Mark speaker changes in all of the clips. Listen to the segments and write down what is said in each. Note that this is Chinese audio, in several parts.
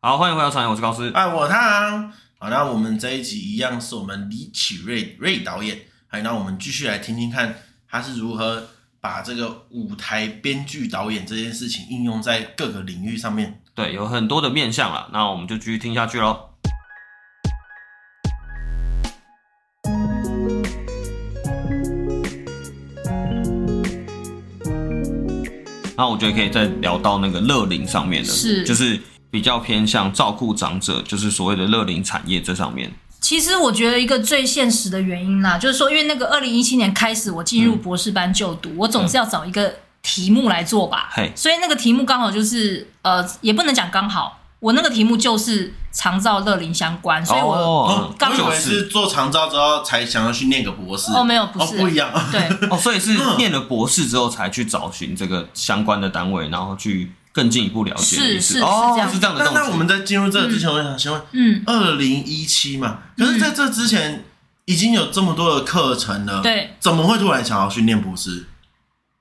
Speaker 1: 好，欢迎回到传言，我是高斯。
Speaker 2: 哎，我他好，那我们这一集一样是我们李启瑞瑞导演，哎，那我们继续来听听看他是如何把这个舞台编剧导演这件事情应用在各个领域上面。
Speaker 1: 对，有很多的面向啦，那我们就继续听下去喽。那我觉得可以再聊到那个乐龄上面的，
Speaker 3: 是
Speaker 1: 就是比较偏向照顾长者，就是所谓的乐龄产业这上面。
Speaker 3: 其实我觉得一个最现实的原因啦，就是说，因为那个二零一七年开始我进入博士班就读，我总是要找一个题目来做吧
Speaker 1: 嘿，
Speaker 3: 所以那个题目刚好就是呃，也不能讲刚好，我那个题目就是长照乐龄相关，所以我、
Speaker 1: 哦
Speaker 3: 刚
Speaker 2: 我以
Speaker 3: 好
Speaker 2: 为是做长照之后才想要去念个博士。
Speaker 3: 哦没有不是
Speaker 2: 哦不一样。
Speaker 3: 对
Speaker 1: 哦，所以是
Speaker 2: 嗯
Speaker 1: 念了博士之后才去找寻这个相关的单位，然后去更进一步了解的意思。
Speaker 3: 是是是这
Speaker 1: 哦
Speaker 3: 样，
Speaker 1: 是这样的
Speaker 2: 那
Speaker 1: 动
Speaker 2: 那
Speaker 1: 机
Speaker 2: 我们在进入这个之前，我想先问，
Speaker 3: 嗯
Speaker 2: 二零一七嘛，可是在这之前已经有这么多的课程了，，
Speaker 3: 对，
Speaker 2: 怎么会突然想要去念博士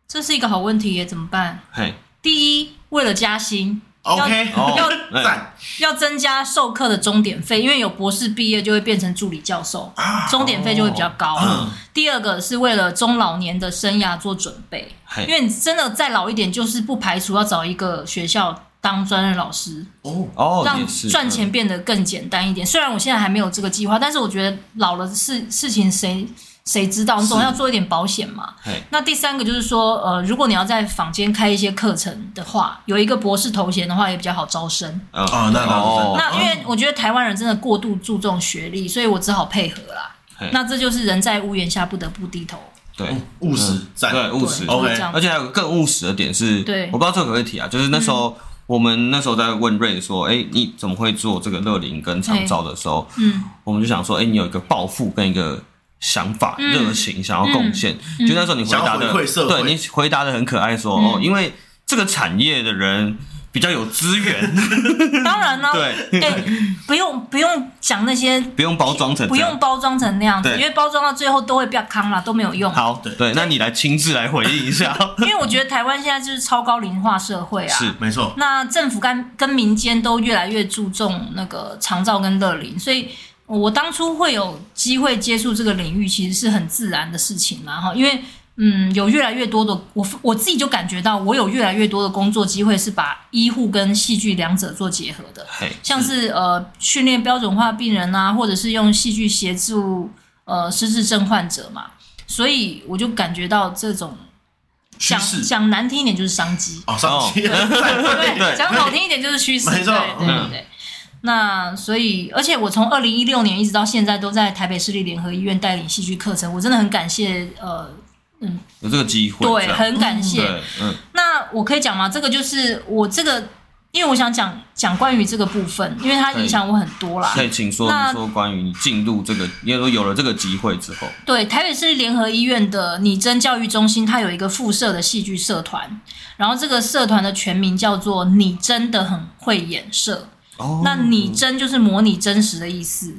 Speaker 3: 这是一个好问题耶，怎么办？
Speaker 1: 嘿，
Speaker 3: 第一，为了加薪，
Speaker 2: ？OK，
Speaker 1: 哦
Speaker 3: 要
Speaker 1: 哎
Speaker 2: 赞
Speaker 3: 要增加授课的钟点费，因为有博士毕业就会变成助理教授，
Speaker 2: 啊，
Speaker 3: 钟点费就会比较高。
Speaker 1: 哦
Speaker 2: 嗯
Speaker 3: 第二个是为了中老年的生涯做准备，
Speaker 1: 嘿
Speaker 3: 因为你真的再老一点，就是不排除要找一个学校当专任老师，
Speaker 2: 哦，
Speaker 1: 哦，
Speaker 3: 让
Speaker 1: 也是
Speaker 3: 赚
Speaker 1: 嗯
Speaker 3: 钱变得更简单一点。虽然我现在还没有这个计划，但是我觉得老了事事情谁谁知道，你总要做一点保险嘛
Speaker 1: 嘿。
Speaker 3: 那第三个就是说，呃，如果你要在坊间开一些课程的话，有一个博士头衔的话也比较好招生。
Speaker 1: 嗯
Speaker 2: 哦那那
Speaker 1: 哦
Speaker 3: 那因为我觉得台湾人真的过度注重学历，所以我只好配合啦
Speaker 1: 嘿。
Speaker 3: 那这就是人在屋檐下不得不低 头。
Speaker 1: 对
Speaker 2: 哎务实
Speaker 1: 嗯
Speaker 2: 赞，
Speaker 1: 对务实
Speaker 3: 对，就是
Speaker 2: OK
Speaker 3: 这样
Speaker 1: 而且还有个更务实的点是，
Speaker 3: 对嗯
Speaker 1: 我不知道这个可不可以提啊，就是那时候我们那时候在问瑞说，哎，你怎么会做这个乐龄跟长照的时候，
Speaker 3: 嗯，
Speaker 1: 我们就想说，哎，你有一个抱负跟一个。想法、
Speaker 3: 嗯
Speaker 1: 热情，想要贡献，就那时候你回答
Speaker 2: 想
Speaker 1: 的，
Speaker 2: 要回馈社会
Speaker 1: 对你回答的很可爱
Speaker 3: 嗯
Speaker 1: 说，哦，因为这个产业的人比较有资源，
Speaker 3: 当然啦、
Speaker 1: 对，
Speaker 3: 哎、不用不用讲那些，
Speaker 1: 不用包装成
Speaker 3: 不
Speaker 1: 这样
Speaker 3: 用包装成那样子，
Speaker 1: 对
Speaker 3: 因为包装到最后都会被康啦，都没有用。
Speaker 1: 好，
Speaker 2: 对
Speaker 1: 对，那你来亲自来回应一 下，
Speaker 3: 因为我觉得台湾现在就是超高龄化社会啊，
Speaker 1: 是
Speaker 2: 没错，
Speaker 3: 那政府跟跟民间都越来越注重那个长照跟乐龄，所以我当初会有机会接触这个领域，其实是很自然的事情啦哈，因为。嗯，有越来越多的我我自己就感觉到，我有越来越多的工作机会是把医护跟戏剧两者做结合的，
Speaker 1: 嘿，
Speaker 3: 像是呃训练标准化病人啊，或者是用戏剧协助呃失智症患者嘛，所以我就感觉到这种
Speaker 2: 趋
Speaker 3: 讲
Speaker 2: 势
Speaker 3: 讲难听一点就是商机，
Speaker 2: 哦，上期
Speaker 3: 对，讲好听一点就是趋势，
Speaker 2: 没
Speaker 3: 对
Speaker 2: 错
Speaker 3: 对
Speaker 1: 嗯
Speaker 3: 对对。那所以，而且我从二零一六年一直到现在都在台北市立联合医院带领戏剧课程，我真的很感谢，呃，
Speaker 1: 有这个机会，
Speaker 3: 对，
Speaker 1: 这样
Speaker 3: 很感谢。
Speaker 1: 对，嗯，
Speaker 3: 那我可以讲吗？这个就是我这个，因为我想讲讲关于这个部分，因为它影响我很多啦。
Speaker 1: 可以请说
Speaker 3: 那
Speaker 1: 你说关于你进入这个，因为说有了这个机会之后，
Speaker 3: 对，台北市立联合医院的拟真教育中心，它有一个附设的戏剧社团，然后这个社团的全名叫做“你真的很会演社”。
Speaker 1: 哦
Speaker 3: 那拟真就是模拟真实的意思。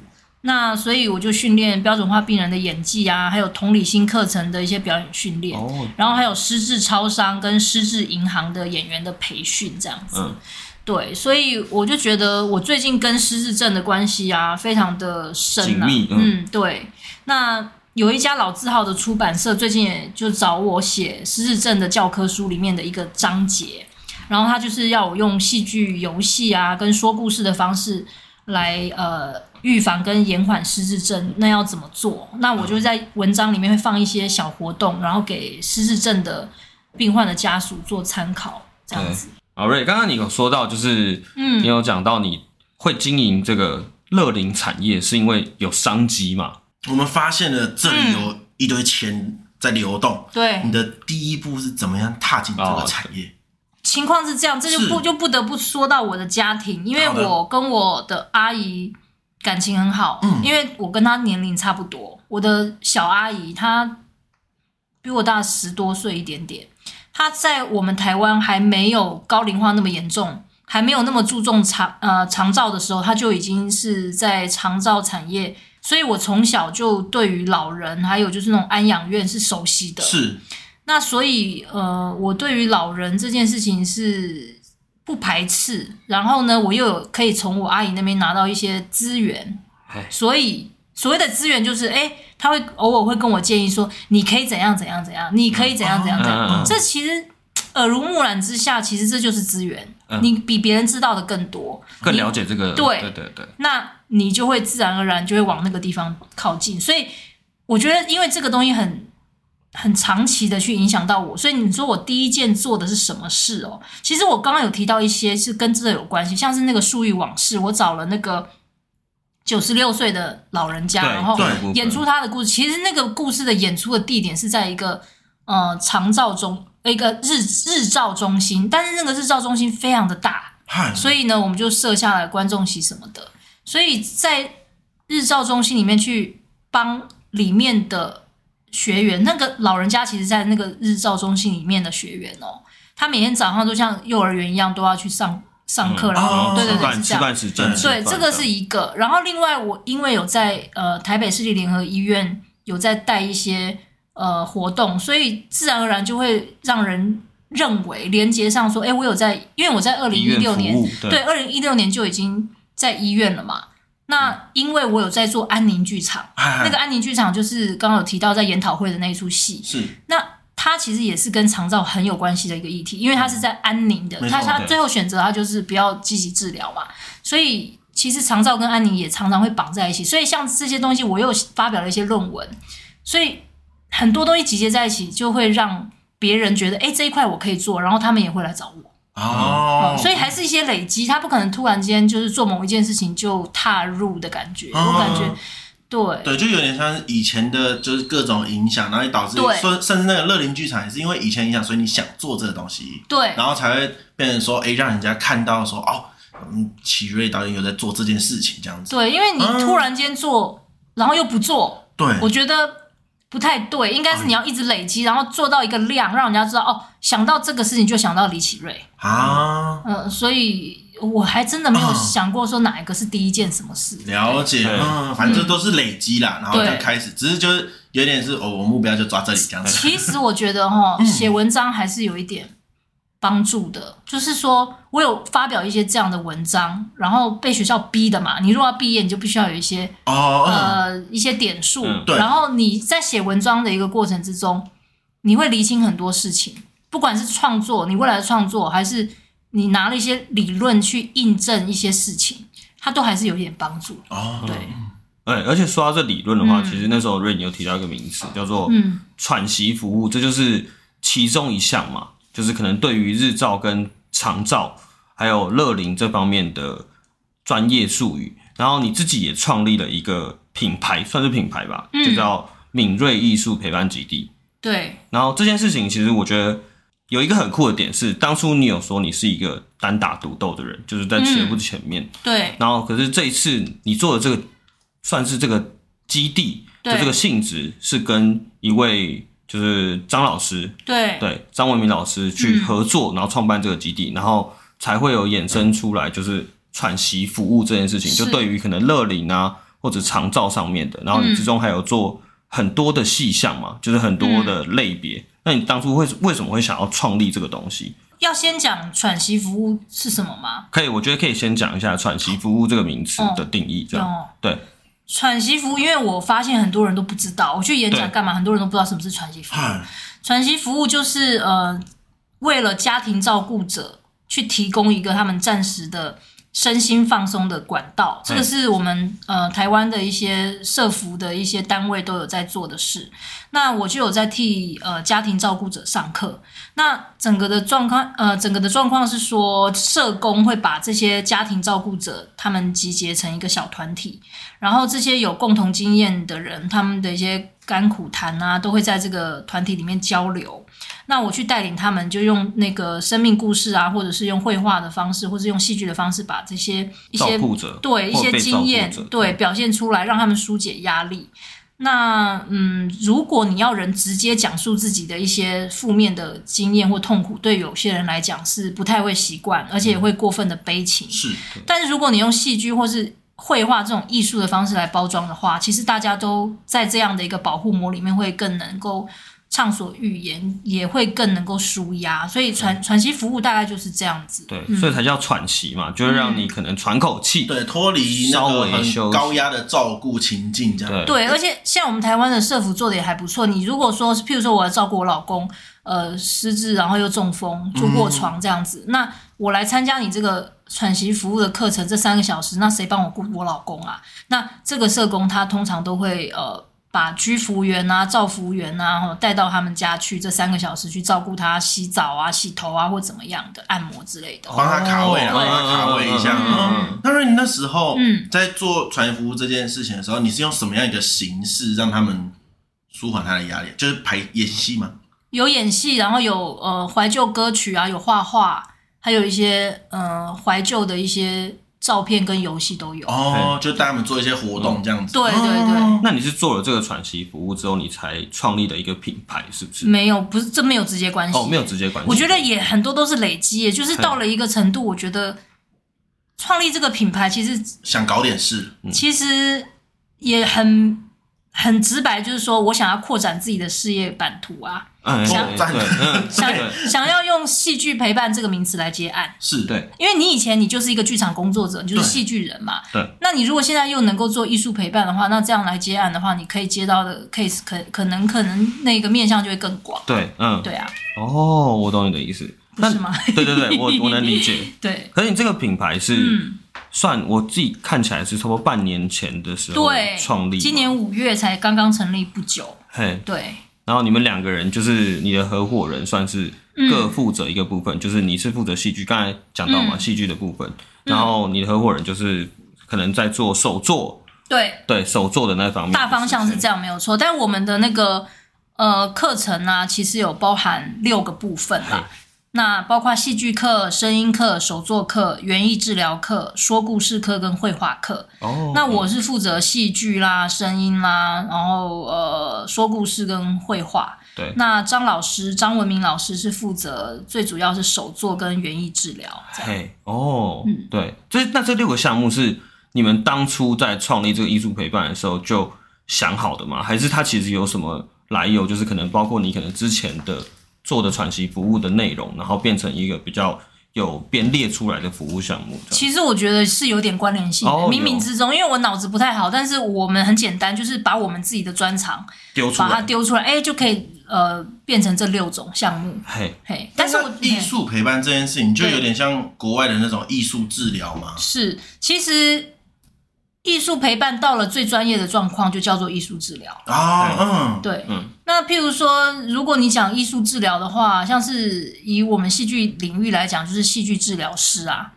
Speaker 3: 那所以我就训练标准化病人的演技啊，还有同理心课程的一些表演训练，
Speaker 1: 哦，
Speaker 3: 然后还有失智超商跟失智银行的演员的培训这样子。
Speaker 1: 嗯
Speaker 3: 对，所以我就觉得我最近跟失智症的关系啊，非常的深啊。
Speaker 1: 紧密嗯
Speaker 3: 嗯对。那有一家老字号的出版社最近也就找我写失智症的教科书里面的一个章节，然后他就是要我用戏剧、游戏啊，跟说故事的方式来呃预防跟延缓失智症，那要怎么做？那我就在文章里面会放一些小活动，然后给失智症的病患的家属做参考，这样子。
Speaker 1: 好瑞，刚刚你有说到，就是
Speaker 3: 嗯
Speaker 1: 你有讲到你会经营这个乐龄产业，是因为有商机嘛？
Speaker 2: 我们发现了这里
Speaker 3: 嗯
Speaker 2: 有一堆钱在流动。
Speaker 3: 对，
Speaker 2: 你的第一步是怎么样踏进这个产业？
Speaker 3: 情况是这样，这就是不就不得不说到我的家庭，因为
Speaker 2: 好的
Speaker 3: 我跟我的阿姨感情很好，
Speaker 2: 嗯
Speaker 3: 因为我跟她年龄差不多，我的小阿姨她比我大十多岁一点点，她在我们台湾还没有高龄化那么严重。还没有那么注重长呃长照的时候，她就已经是在长照产业，所以我从小就对于老人还有就是那种安养院是熟悉的。
Speaker 2: 是
Speaker 3: 那所以呃，我对于老人这件事情是不排斥，然后呢，我又有可以从我阿姨那边拿到一些资源
Speaker 1: 哎，
Speaker 3: 所以所谓的资源就是，哎、他会偶尔会跟我建议说，你可以怎样怎样怎样，你可以怎样怎样怎样。
Speaker 1: 嗯嗯嗯
Speaker 3: 这其实呃耳濡目染之下，其实这就是资源，
Speaker 1: 嗯
Speaker 3: 你比别人知道的更多，
Speaker 1: 更了解这个，
Speaker 3: 对
Speaker 1: 对对对，
Speaker 3: 那你就会自然而然就会往那个地方靠近。所以我觉得，因为这个东西很很长期的去影响到我，所以你说我第一件做的是什么事哦？其实我刚刚有提到一些是跟这个有关系，像是那个树欲往事，我找了那个九十六岁的老人家，
Speaker 1: 对
Speaker 3: 然后
Speaker 2: 对
Speaker 3: 演出他的故事。其实那个故事的演出的地点是在一个呃长照中。一个日日照中心，但是那个日照中心非常的大，
Speaker 2: 嗨，
Speaker 3: 所以呢，我们就设下了观众席什么的。所以在日照中心里面去帮里面的学员，那个老人家其实，在那个日照中心里面的学员哦，他每天早上都像幼儿园一样都要去上上
Speaker 1: 嗯
Speaker 3: 课，然后、
Speaker 2: 哦
Speaker 3: 对
Speaker 1: 吃
Speaker 3: 对对，
Speaker 1: 饭
Speaker 3: 是这
Speaker 1: 吃
Speaker 3: 样。
Speaker 1: 饭时间，
Speaker 2: 对
Speaker 1: 吃
Speaker 3: 对，
Speaker 1: 饭
Speaker 3: 这个是一个。然后另外，我因为有在呃台北市立联合医院有在带一些呃活动，所以自然而然就会让人认为连接上说，哎，我有在，因为我在二零
Speaker 1: 医
Speaker 3: 一
Speaker 1: 院
Speaker 3: 六年
Speaker 1: 服务，
Speaker 3: 对，，二零一六年就已经在医院了嘛。那因为我有在做安宁剧场，
Speaker 2: 嗨
Speaker 3: 那个安宁剧场就是刚刚有提到在研讨会的那一出戏，
Speaker 2: 是
Speaker 3: 那它其实也是跟长照很有关系的一个议题，因为它是在安宁的
Speaker 2: 没，错
Speaker 3: 它它
Speaker 1: 对
Speaker 3: 最后选择它就是不要积极治疗嘛，所以其实长照跟安宁也常常会绑在一起，所以像这些东西我又发表了一些论文，所以很多东西集结在一起，就会让别人觉得，哎，这一块我可以做，然后他们也会来找我。
Speaker 2: 哦，
Speaker 3: 所以还是一些累积，他不可能突然间就是做某一件事情就踏入的感觉。
Speaker 2: 哦
Speaker 3: 我感觉对
Speaker 2: 对，就有点像以前的，就是各种影响，然后也导致
Speaker 3: 对
Speaker 2: 说，甚至那个乐林剧场也是因为以前影响，所以你想做这个东西，
Speaker 3: 对
Speaker 2: 然后才会变成说，哎，让人家看到说，哦，嗯，奇瑞导演有在做这件事情，这样子。
Speaker 3: 对，因为你突然间做，然后又不做，
Speaker 2: 对，
Speaker 3: 我觉得不太对。应该是你要一直累积，然后做到一个量，让人家知道哦，想到这个事情就想到李启瑞。
Speaker 2: 啊，
Speaker 3: 嗯、所以我还真的没有
Speaker 2: 嗯
Speaker 3: 想过说哪一个是第一件什么事。
Speaker 2: 了解，
Speaker 1: 对嗯
Speaker 2: 嗯，反正这都是累积啦，然后
Speaker 3: 对
Speaker 2: 就开始，只是就是有点是，哦，我目标就抓这里这样子。
Speaker 3: 其实我觉得哈，
Speaker 2: 嗯
Speaker 3: 写文章还是有一点帮助的。就是说我有发表一些这样的文章，然后被学校逼的嘛。你如果要毕业，你就必须要有一些
Speaker 2: 哦，
Speaker 3: 呃一些点数
Speaker 1: 嗯，
Speaker 2: 对
Speaker 3: 然后你在写文章的一个过程之中，你会厘清很多事情，不管是创作，你未来的创作，还是你拿了一些理论去印证一些事情，它都还是有一点帮助。
Speaker 2: 哦，
Speaker 3: 对，
Speaker 1: 哎，而且说到这理论的话，
Speaker 3: 嗯
Speaker 1: 其实那时候瑞你有提到一个名词叫做
Speaker 3: 嗯，
Speaker 1: 喘息服务，这就是其中一项嘛，就是可能对于日照跟长照还有乐龄这方面的专业术语，然后你自己也创立了一个品牌，算是品牌吧，
Speaker 3: 嗯
Speaker 1: 就叫敏锐艺术陪伴基地。
Speaker 3: 对，
Speaker 1: 然后这件事情，其实我觉得有一个很酷的点是，当初你有说你是一个单打独斗的人，就是
Speaker 3: 嗯
Speaker 1: 在节目前面，
Speaker 3: 对，
Speaker 1: 然后可是这一次你做的这个算是这个基地的
Speaker 3: 对
Speaker 1: 这个性质是跟一位就是张老师，
Speaker 3: 对，嗯
Speaker 1: 对张文明老师去合作，然后创办这个基地，然后才会有衍生出来就是喘息服务这件事情，
Speaker 3: 是
Speaker 1: 就对于可能乐龄啊或者长照上面的，然后你之中还有做很多的细项
Speaker 3: 嗯
Speaker 1: 嘛，就是很多的类别。那你当初会为什么会想要创立这个东西？
Speaker 3: 要先讲喘息服务是什么吗？
Speaker 1: 可以，我觉得可以先讲一下喘息服务这个名词
Speaker 3: 哦
Speaker 1: 的定义，这样、
Speaker 3: 哦，
Speaker 1: 对。
Speaker 3: 喘息服务，因为我发现很多人都不知道，我去演讲
Speaker 1: 对
Speaker 3: 干嘛，很多人都不知道什么是喘息服务。
Speaker 2: 嗨，
Speaker 3: 喘息服务就是呃，为了家庭照顾者去提供一个他们暂时的身心放松的管道，这个是我们呃台湾的一些社服的一些单位都有在做的事。那我就有在替呃家庭照顾者上课。那整个的状况呃，整个的状况是说，社工会把这些家庭照顾者他们集结成一个小团体，然后这些有共同经验的人，他们的一些甘苦谈啊，都会在这个团体里面交流。那我去带领他们，就用那个生命故事啊，或者是用绘画的方式，或是用戏剧的方式，把这些一
Speaker 1: 照
Speaker 3: 些
Speaker 1: 顾者
Speaker 3: 对一
Speaker 1: 或
Speaker 3: 些
Speaker 1: 被照
Speaker 3: 经
Speaker 1: 顾
Speaker 3: 验
Speaker 1: 者，嗯
Speaker 3: 对表现出来，让他们疏解压力。那嗯，如果你要人直接讲述自己的一些负面的经验或痛苦，对有些人来讲是不太会习惯，而且也会过分的悲情。
Speaker 2: 是
Speaker 3: 但是如果你用戏剧或是绘画这种艺术的方式来包装的话，其实大家都在这样的一个保护膜里面会更能够畅所欲言，也会更能够舒压。所以喘喘息服务大概就是这样子。
Speaker 1: 对，所以才叫喘息嘛，就是让
Speaker 3: 嗯
Speaker 1: 你可能喘口气。
Speaker 2: 对，脱离那
Speaker 1: 稍
Speaker 2: 个
Speaker 1: 微休
Speaker 2: 很
Speaker 1: 息
Speaker 2: 高压的照顾情境，这
Speaker 1: 对
Speaker 2: 样
Speaker 3: 对，而且像我们台湾的社服做的也还不错。你如果说，譬如说我要照顾我老公，呃，失智然后又中风，就卧床这样子，那我来参加你这个喘息服务的课程，这三个小时，那谁帮我顾我老公啊？那这个社工他通常都会呃。把居服务员啊、照服务员啊，吼带到他们家去，这三个小时去照顾他洗澡啊、洗头啊，或怎么样的按摩之类的。
Speaker 2: 帮他卡位
Speaker 1: 哦
Speaker 2: 啊，帮他卡位一下。
Speaker 1: 嗯嗯嗯
Speaker 2: 嗯，那瑞，你那时候
Speaker 3: 嗯
Speaker 2: 在做传服务这件事情的时候，你是用什么样一个形式让他们舒缓他的压力？就是排演戏嘛，
Speaker 3: 有演戏，然后有呃怀旧歌曲啊，有画画，还有一些呃怀旧的一些照片跟游戏都有。
Speaker 2: 哦，就带他们做一些活动这样子。
Speaker 3: 对对对
Speaker 2: 哦
Speaker 1: 那你是做了这个喘息服务之后，你才创立的一个品牌，是不是？
Speaker 3: 没有，不是这没有直接关系。
Speaker 1: 哦，没有直接关系。
Speaker 3: 我觉得也很多都是累积耶，就是到了一个程度，我觉得创立这个品牌其实
Speaker 2: 想搞点事，
Speaker 1: 嗯
Speaker 3: 其实也很很直白，就是说我想要扩展自己的事业版图啊，
Speaker 1: 嗯，
Speaker 2: 想
Speaker 1: 对对嗯
Speaker 3: 想
Speaker 1: 对
Speaker 3: 想要用戏剧陪伴这个名词来接案。
Speaker 2: 是
Speaker 1: 对
Speaker 3: 因为你以前你就是一个剧场工作者，你就是
Speaker 2: 对
Speaker 3: 戏剧人嘛。
Speaker 1: 对。
Speaker 3: 那你如果现在又能够做艺术陪伴的话，那这样来接案的话，你可以接到的 case 可可能可能那个面向就会更广。
Speaker 1: 对，嗯，
Speaker 3: 对啊，
Speaker 1: 哦，我懂你的意思。
Speaker 3: 不是吗？
Speaker 1: 对对对，我我能理 解。
Speaker 3: 对，
Speaker 1: 可是你这个品牌是
Speaker 3: 嗯，
Speaker 1: 算我自己看起来是差不多半年前的时候
Speaker 3: 对，
Speaker 1: 创立嘛，
Speaker 3: 今年五月才刚刚成立不久。
Speaker 1: 嘿，
Speaker 3: 对，
Speaker 1: 然后你们两个人就是你的合伙人，算是
Speaker 3: 嗯
Speaker 1: 各负责一个部分，就是你是负责戏剧，刚才讲到嘛，
Speaker 3: 嗯
Speaker 1: 戏剧的部分，然后你的合伙人就是可能在做手作，
Speaker 3: 对，
Speaker 1: 对手作的那方面，
Speaker 3: 大方向是这
Speaker 1: 样，
Speaker 3: 样没有错，但我们的那个呃课程呢、其实有包含六个部分啦。那包括戏剧课、声音课、手作课、园艺治疗课、说故事课跟绘画课。
Speaker 1: 哦，
Speaker 3: 那我是负责戏剧啦、声音啦，然后呃说故事跟绘画。
Speaker 1: 对
Speaker 3: 那张老师张文明老师是负责最主要是手作跟园艺治疗。这样
Speaker 1: 嘿，哦，
Speaker 3: 嗯
Speaker 1: 对，这那这六个项目是你们当初在创立这个艺术陪伴的时候就想好的吗？还是它其实有什么来由？就是可能包括你可能之前的做的喘息服务的内容，然后变成一个比较有编列出来的服务项目。这样
Speaker 3: 其实我觉得是有点关联性的，
Speaker 1: 哦
Speaker 3: 冥冥
Speaker 1: 有
Speaker 3: 之中，因为我脑子不太好，但是我们很简单，就是把我们自己的专长
Speaker 1: 丢出
Speaker 3: 把它
Speaker 1: 来，
Speaker 3: 丢出来，哎，就可以呃变成这六种项目。
Speaker 1: 嘿，
Speaker 3: 嘿，但是我
Speaker 2: 那艺术陪伴这件事情，就
Speaker 3: 对
Speaker 2: 有点像国外的那种艺术治疗嘛。
Speaker 3: 是其实艺术陪伴到了最专业的状况，就叫做艺术治疗。
Speaker 2: 啊，嗯，
Speaker 3: 对，
Speaker 1: 嗯
Speaker 3: 那譬如说，如果你讲艺术治疗的话，像是以我们戏剧领域来讲，就是戏剧治疗师啊。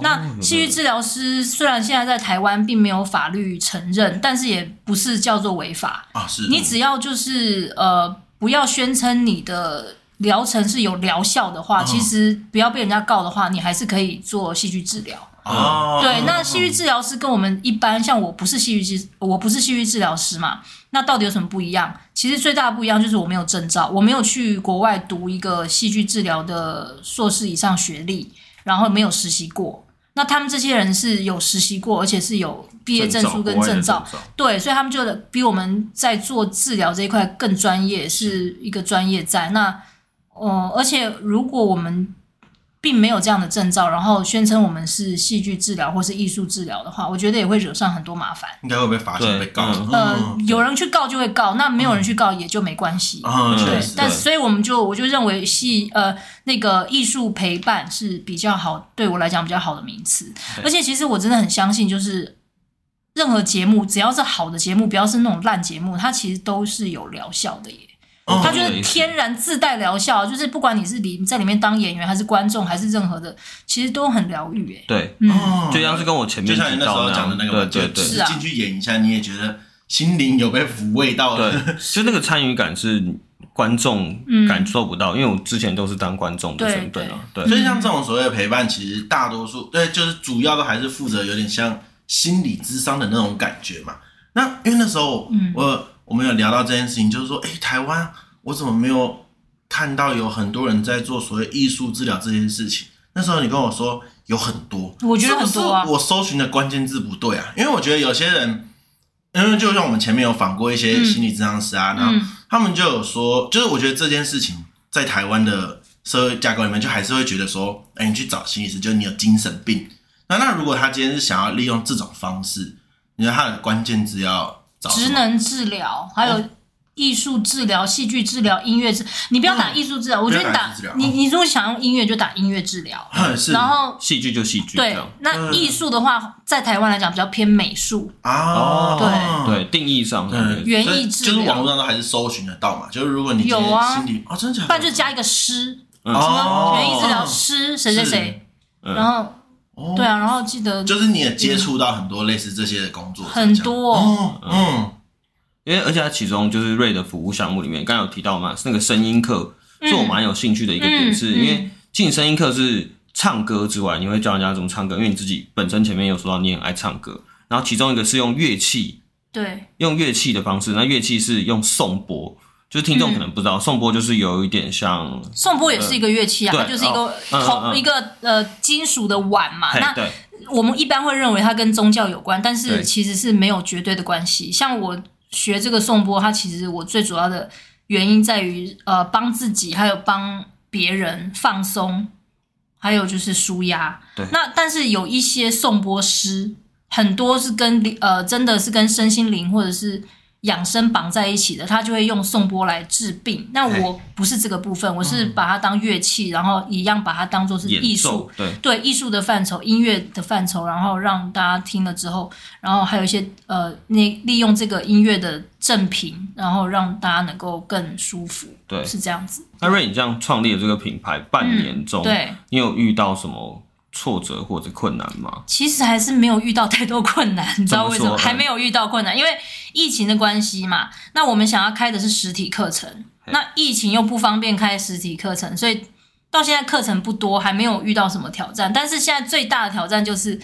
Speaker 3: 那
Speaker 1: 哦有
Speaker 3: 戏剧治疗师虽然现在在台湾并没有法律承认，但是也不是叫做违法。
Speaker 2: 啊是
Speaker 1: 嗯
Speaker 3: 你只要就是呃，不要宣称你的疗程是有疗效的
Speaker 1: 嗯
Speaker 3: 话，其实不要被人家告的话，你还是可以做戏剧治疗。
Speaker 2: 啊，
Speaker 3: 对，
Speaker 2: 嗯
Speaker 3: 那戏剧治疗师跟我们一般，像我不是戏剧治，我不是戏剧治疗师嘛，那到底有什么不一样？其实最大的不一样就是我没有证照，我没有去国外读一个戏剧治疗的硕士以上学历，然后没有实习过。那他们这些人是有实习过，而且是有毕业证书跟
Speaker 1: 国外的证
Speaker 3: 证照，对，所以他们就比我们在做治疗这一块更专业，是一个专业在那。呃，而且如果我们并没有这样的证照，然后宣称我们是戏剧治疗或是艺术治疗的话，我觉得也会惹上很多麻烦。
Speaker 2: 应该会被罚钱
Speaker 1: 对
Speaker 2: 被告。
Speaker 1: 嗯
Speaker 3: 呃
Speaker 2: 嗯，
Speaker 3: 有人去告就会告，那没有人去告也就没关系。
Speaker 2: 啊，
Speaker 1: 对
Speaker 2: 确
Speaker 3: 对
Speaker 2: 实，，
Speaker 3: 但
Speaker 1: 对
Speaker 3: 所以我们就我就认为戏呃那个艺术陪伴是比较好，对我来讲比较好的名词。
Speaker 1: 对
Speaker 3: 而且其实我真的很相信，就是任何节目只要是好的节目，不要是那种烂节目，它其实都是有疗效的耶。
Speaker 2: 哦
Speaker 3: 它
Speaker 1: 我
Speaker 3: 就
Speaker 1: 懂你
Speaker 3: 是
Speaker 1: 的意思
Speaker 3: 天然自带疗效，啊就是不管你是里在里面当演员，还是观众，还是任何的，其实都很疗愈。哎，
Speaker 1: 对，
Speaker 3: 嗯，
Speaker 2: 哦
Speaker 1: 就像是跟我前
Speaker 2: 就
Speaker 1: 面
Speaker 2: 像你
Speaker 1: 提
Speaker 2: 那时
Speaker 1: 到
Speaker 2: 候
Speaker 1: 那
Speaker 2: 讲
Speaker 1: 样
Speaker 2: 的那个嘛，
Speaker 1: 对对
Speaker 2: 就
Speaker 1: 对
Speaker 2: 只
Speaker 3: 是
Speaker 2: 是
Speaker 3: 啊
Speaker 2: 进去演一下，你也觉得心灵有被抚慰到了。
Speaker 1: 对，其实那个参与感是观众
Speaker 3: 哦嗯
Speaker 1: 感受不到，因为我之前都是当观众的
Speaker 3: 对
Speaker 1: 身份啊，对，
Speaker 2: 所以像这种所谓的陪伴，其实大多数对，就是主要都还是负责有点像心理智商的那种感觉嘛。那因为那时候，
Speaker 3: 嗯
Speaker 2: 我我们有聊到这件事情，就是说，哎、台湾我怎么没有看到有很多人在做所谓艺术治疗这件事情？那时候你跟我说有很多，
Speaker 3: 我觉得很多啊
Speaker 2: 是不是我搜寻的关键字不对啊，因为我觉得有些人因为就像我们前面有访过一些
Speaker 3: 嗯
Speaker 2: 心理咨商师啊，然后
Speaker 3: 嗯
Speaker 2: 他们就有说，就是我觉得这件事情在台湾的社会架构里面，就还是会觉得说，哎、你去找心理师，就是你有精神病。那那如果他今天是想要利用这种方式，你觉得他的关键字要找什么
Speaker 3: 职能治疗，还有艺术治疗、戏剧治疗、音乐治，你不要打艺术治疗，我觉得你
Speaker 2: 嗯不要打艺
Speaker 3: 打
Speaker 2: 术治疗
Speaker 3: 你你如果想用音乐就打音乐治疗，
Speaker 2: 是
Speaker 3: 然后
Speaker 1: 戏剧就戏剧这
Speaker 3: 对
Speaker 1: 样，，
Speaker 3: 那艺术的话，在台湾来讲比较偏美术，
Speaker 2: 啊，
Speaker 3: 对
Speaker 1: 对，定义上，
Speaker 2: 嗯，
Speaker 1: 对
Speaker 3: 园
Speaker 2: 所以
Speaker 3: 艺治
Speaker 2: 就是
Speaker 3: 疗
Speaker 2: 网络上都还是搜寻得到嘛。就是如果你今天
Speaker 3: 有啊
Speaker 2: 心理哦，真的假的？
Speaker 3: 不然就加一个师，
Speaker 1: 嗯
Speaker 3: 什么园艺治疗
Speaker 2: 哦
Speaker 3: 师谁谁谁，然后
Speaker 2: 哦
Speaker 3: 对啊，然后记得
Speaker 2: 就是你也接触到很多类似这些的工作，
Speaker 3: 很多哦
Speaker 2: 哦，嗯，
Speaker 1: 因为而且它其中就是瑞的服务项目里面，刚刚有提到嘛，是那个声音课是我蛮有兴趣的一个点，
Speaker 3: 嗯
Speaker 1: 是因为进声音课是唱歌之外，你会教人家怎么唱歌，因为你自己本身前面有说到你很爱唱歌，然后其中一个是用乐器，
Speaker 3: 对，
Speaker 1: 用乐器的方式，那乐器是用颂钵，就是听
Speaker 3: 嗯
Speaker 1: 众可能不知道，颂钵就是有一点像，
Speaker 3: 颂钵也是一个乐器啊，
Speaker 1: 对
Speaker 3: 它就是一个
Speaker 1: 嗯嗯嗯
Speaker 3: 铜一个呃金属的碗嘛，
Speaker 1: 嘿
Speaker 3: 啊那，
Speaker 1: 对，
Speaker 3: 我们一般会认为它跟宗教有关，但
Speaker 1: 对
Speaker 3: 是其实是没有绝对的关系。像我学这个颂钵，它其实我最主要的原因在于呃帮自己，还有帮别人放松，还有就是舒压。
Speaker 1: 对
Speaker 3: 那但是有一些颂钵师，很多是跟呃真的是跟身心灵或者是。养生绑在一起的，他就会用颂钵来治病。那我不是这个部分，我是把它当乐器，然后一样把它当做是艺
Speaker 1: 嗯演
Speaker 3: 术
Speaker 1: 奏，，对，
Speaker 3: 对艺术的范畴、音乐的范畴，然后让大家听了之后，然后还有一些呃，那利用这个音乐的正品，然后让大家能够更舒服，
Speaker 1: 对
Speaker 3: 是这样子。
Speaker 1: 那瑞，你这样创立了这个品牌半年中，
Speaker 3: 对，
Speaker 1: 你有遇到什么挫折或者困难吗？
Speaker 3: 其实还是没有遇到太多困 难，你知道为什
Speaker 1: 怎么
Speaker 3: 么？
Speaker 1: 说嗯
Speaker 3: 还没有遇到困难，因为疫情的关系嘛。那我们想要开的是实体课程，那疫情又不方便开实体课程，所以到现在课程不多，还没有遇到什么挑战。但是现在最大的挑战就是，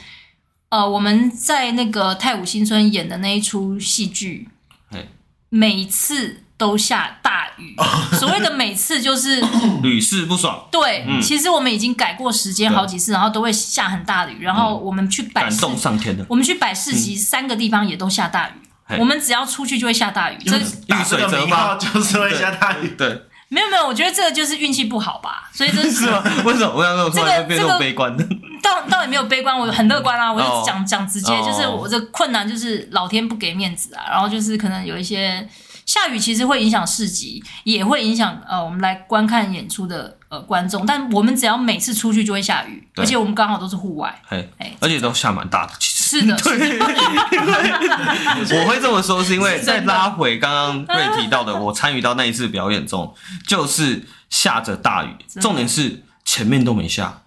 Speaker 3: 呃，我们在那个泰晤新村演的那一出戏剧
Speaker 1: 嘿，
Speaker 3: 每次都下大雨。
Speaker 1: 哦
Speaker 3: 所谓的每次就是
Speaker 1: 屡试不爽，
Speaker 3: 对，其实我们已经改过时间好几次，然后都会下很大的雨，然后我们去
Speaker 1: 嗯
Speaker 3: 摆
Speaker 1: 感
Speaker 3: 市
Speaker 1: 动上天的，
Speaker 3: 我们去摆市集，三个地方也都下大
Speaker 1: 嘿
Speaker 3: 雨。我们只要出去就会下大雨，这
Speaker 2: 打这个名号
Speaker 1: 遇
Speaker 2: 就是会下 大雨，
Speaker 1: 对，
Speaker 3: 没有没有，我觉得这个就是运气不好吧。所以 这
Speaker 1: 是吗？为什么我想说，突然
Speaker 3: 这
Speaker 1: 就
Speaker 3: 个
Speaker 1: 变这么悲观的？
Speaker 3: 倒倒也没有悲观，我很乐观啊。我
Speaker 1: 哦
Speaker 3: 就讲讲直接，
Speaker 1: 哦
Speaker 3: 就是我的困难就是老天不给面子啊，然后就是可能有一些下雨，其实会影响市集，也会影响呃我们来观看演出的呃观众。但我们只要每次出去就会下雨，
Speaker 1: 对
Speaker 3: 而且我们刚好都是户外。
Speaker 1: 嘿
Speaker 3: 哎，
Speaker 1: 而且都下蛮大的。其实
Speaker 3: 是的，是的
Speaker 1: 我会这么说，是因为再拉回刚刚瑞提到的，我参与到那一次表演中，就是下着大雨，
Speaker 3: 的
Speaker 1: 重点是前面都没下，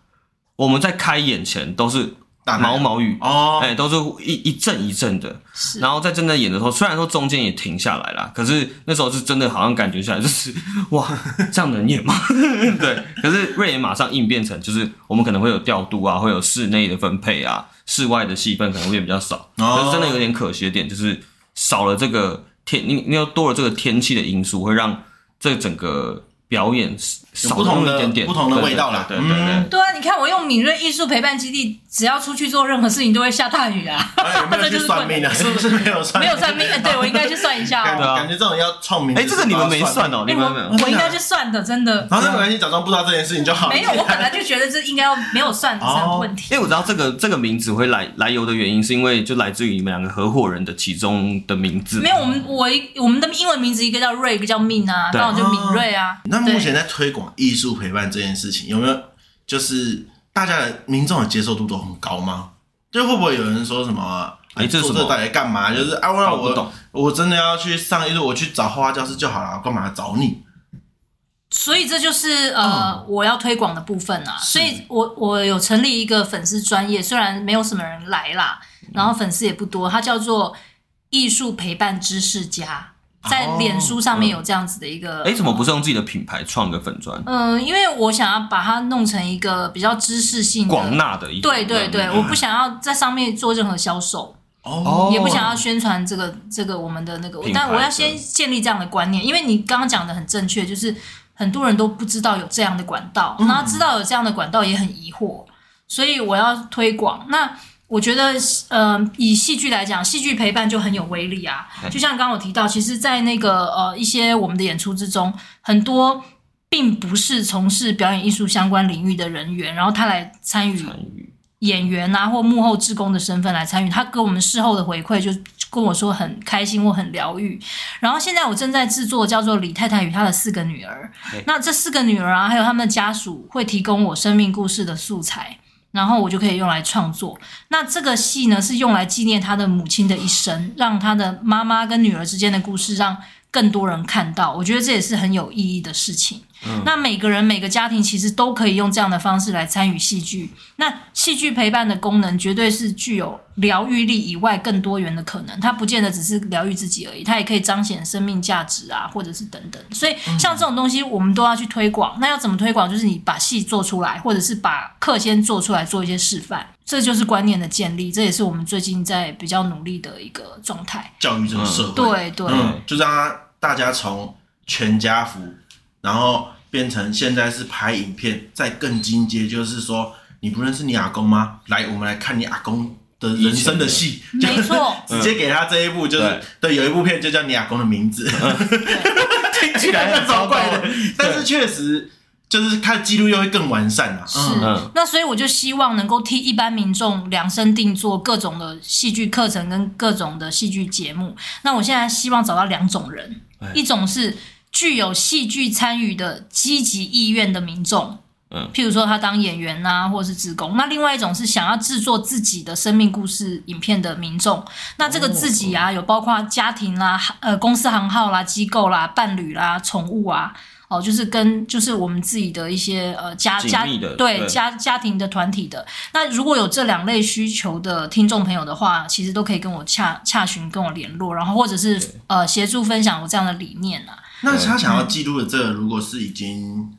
Speaker 1: 我们在开演前都是
Speaker 2: 打
Speaker 1: 毛毛雨，
Speaker 2: 哦，
Speaker 1: 哎，都是一一阵一阵的。
Speaker 3: 是
Speaker 1: 然后在真的演的时候，虽然说中间也停下来啦，可是那时候是真的好像感觉下来就是哇，这样能演吗？ 对，可是瑞也马上应变成就是我们可能会有调度啊，会有室内的分配啊，室外的戏份可能会比较少，
Speaker 2: 哦
Speaker 1: 可是真的有点可惜的点就是少了这个天，你你要多了这个天气的因素，会让这整个表演少
Speaker 2: 不
Speaker 1: 了
Speaker 2: 同
Speaker 1: 那么
Speaker 2: 的
Speaker 1: 一点点
Speaker 2: 不同的味道啦
Speaker 1: 对对对对对
Speaker 2: 嗯
Speaker 3: 对啊，你看我用敏锐艺术陪伴基地，只要出去做任何事情都会下大雨 啊。
Speaker 2: 哎有没有
Speaker 3: 这
Speaker 2: 去
Speaker 3: 就是
Speaker 2: 算
Speaker 3: 困难
Speaker 2: 命啊？ 是不是没有算？
Speaker 3: 没有算命，哎对我应该去算一下
Speaker 2: 感
Speaker 3: 哦。
Speaker 1: 啊
Speaker 2: 感觉这种要创名，
Speaker 1: 哎、这个你们没
Speaker 2: 算
Speaker 1: 算。哦，你
Speaker 3: 哎，
Speaker 1: 们没有
Speaker 3: 我我应该去算的，真的。
Speaker 2: 然后那没关系，假装不知道这件事情就好。
Speaker 3: 没有，我本来就觉得这应该要没有算这个问题。
Speaker 1: 因为我知道这个这个名字会来来由的原因，是因为就来自于你们两个合伙人的其中的名字。
Speaker 3: 没有，我们我一我们的英文名字一个叫瑞，一个叫命啊，
Speaker 1: 对
Speaker 3: 刚好就敏锐
Speaker 1: 哦
Speaker 3: 啊。
Speaker 2: 那目
Speaker 3: 对
Speaker 2: 前在推广艺术陪伴这件事情，有没有就是大家的民众的接受度都很高吗？就会不会有人说什么？啊
Speaker 1: 哎这是
Speaker 2: 做
Speaker 1: 什
Speaker 2: 这
Speaker 1: 么
Speaker 2: 到底干嘛？就是啊，我
Speaker 1: 搞不
Speaker 2: 我
Speaker 1: 懂
Speaker 2: 我真的要去上一路，我去找画画教室就好了，我干嘛找你？
Speaker 3: 所以这就是
Speaker 1: 嗯
Speaker 3: 呃我要推广的部分啊。所以我我有成立一个粉丝专业，虽然没有什么人来啦，
Speaker 1: 嗯
Speaker 3: 然后粉丝也不多，它叫做艺术陪伴知识家，在
Speaker 2: 哦
Speaker 3: 脸书上
Speaker 1: 嗯
Speaker 3: 面有这样子的一个。
Speaker 1: 哎、怎么不是用自己的品牌创个粉砖，
Speaker 3: 嗯，因为我想要把它弄成一个比较知识性的
Speaker 1: 广纳的一个嗯
Speaker 3: 对对对，我不想要在上面做任何销售，
Speaker 2: 哦，
Speaker 3: 也不想要宣传这个这个我们的那个
Speaker 1: 品，牌
Speaker 3: 但我要
Speaker 1: 对
Speaker 3: 先建立这样的观念，因为你刚刚讲的很正确，就是很多人都不知道有这样的管道，然后知道有这样的管道也很疑惑，所以我要推广。那我觉得，呃，以戏剧来讲，戏剧陪伴就很有威力啊。就像刚刚我提到，其实，在那个呃一些我们的演出之中，很多并不是从事表演艺术相关领域的人员，然后他来参与
Speaker 1: 参与，
Speaker 3: 演员啊或幕后志工的身份来参与，他给我们事后的回馈就跟我说很开心或很疗愈。然后现在我正在制作叫做《李太太与她的四个女儿
Speaker 1: 对》，
Speaker 3: 那这四个女儿啊，还有他们的家属会提供我生命故事的素材，然后我就可以用来创作。那这个戏呢是用来纪念她的母亲的一生，让她的妈妈跟女儿之间的故事让更多人看到。我觉得这也是很有意义的事情。那每个人每个家庭其实都可以用这样的方式来参与戏剧。那戏剧陪伴的功能绝对是具有疗愈力以外更多元的可能，它不见得只是疗愈自己而已，它也可以彰显生命价值啊，或者是等等。所以像这种东西，我们都要去推广。那要怎么推广？就是你把戏做出来，或者是把课先做出来，做一些示范。这就是观念的建立，这也是我们最近在比较努力的一个状态。
Speaker 2: 教育这个社会，
Speaker 3: 对对，
Speaker 2: 嗯，就让他大家从全家福，然后变成现在是拍影片，再更进阶，就是说你不认识你阿公吗？来，我们来看你阿公的人生的戏，
Speaker 3: 以
Speaker 2: 就
Speaker 3: 前的
Speaker 2: 是
Speaker 3: 没错
Speaker 2: 直接给他这一部，就是
Speaker 3: 嗯
Speaker 2: 对，有一部片就叫你阿公的名字， 听起来很糟怪的，但是确实就是看记录又会更完善啊。
Speaker 3: 是
Speaker 2: 嗯，
Speaker 1: 嗯，
Speaker 3: 那所以我就希望能够替一般民众量身定做各种的戏剧课程跟各种的戏剧节目。那我现在希望找到两种人，一种是具有戏剧参与的积极意愿的民众。
Speaker 1: 嗯
Speaker 3: 譬如说他当演员呐、或者是职工。那另外一种是想要制作自己的生命故事影片的民众。那这个自己啊，有包括家庭啦、呃公司行号啦、机构啦、伴侣啦、宠物啊，哦，就是跟就是我们自己的一些呃家
Speaker 1: 紧
Speaker 3: 家
Speaker 1: 密的对
Speaker 3: 对家家庭的团体的。那如果有这两类需求的听众朋友的话，其实都可以跟我洽洽询，跟我联络，然后或者是呃协助分享我这样的理念啊。
Speaker 2: 那他想要记录的这个，如果是已经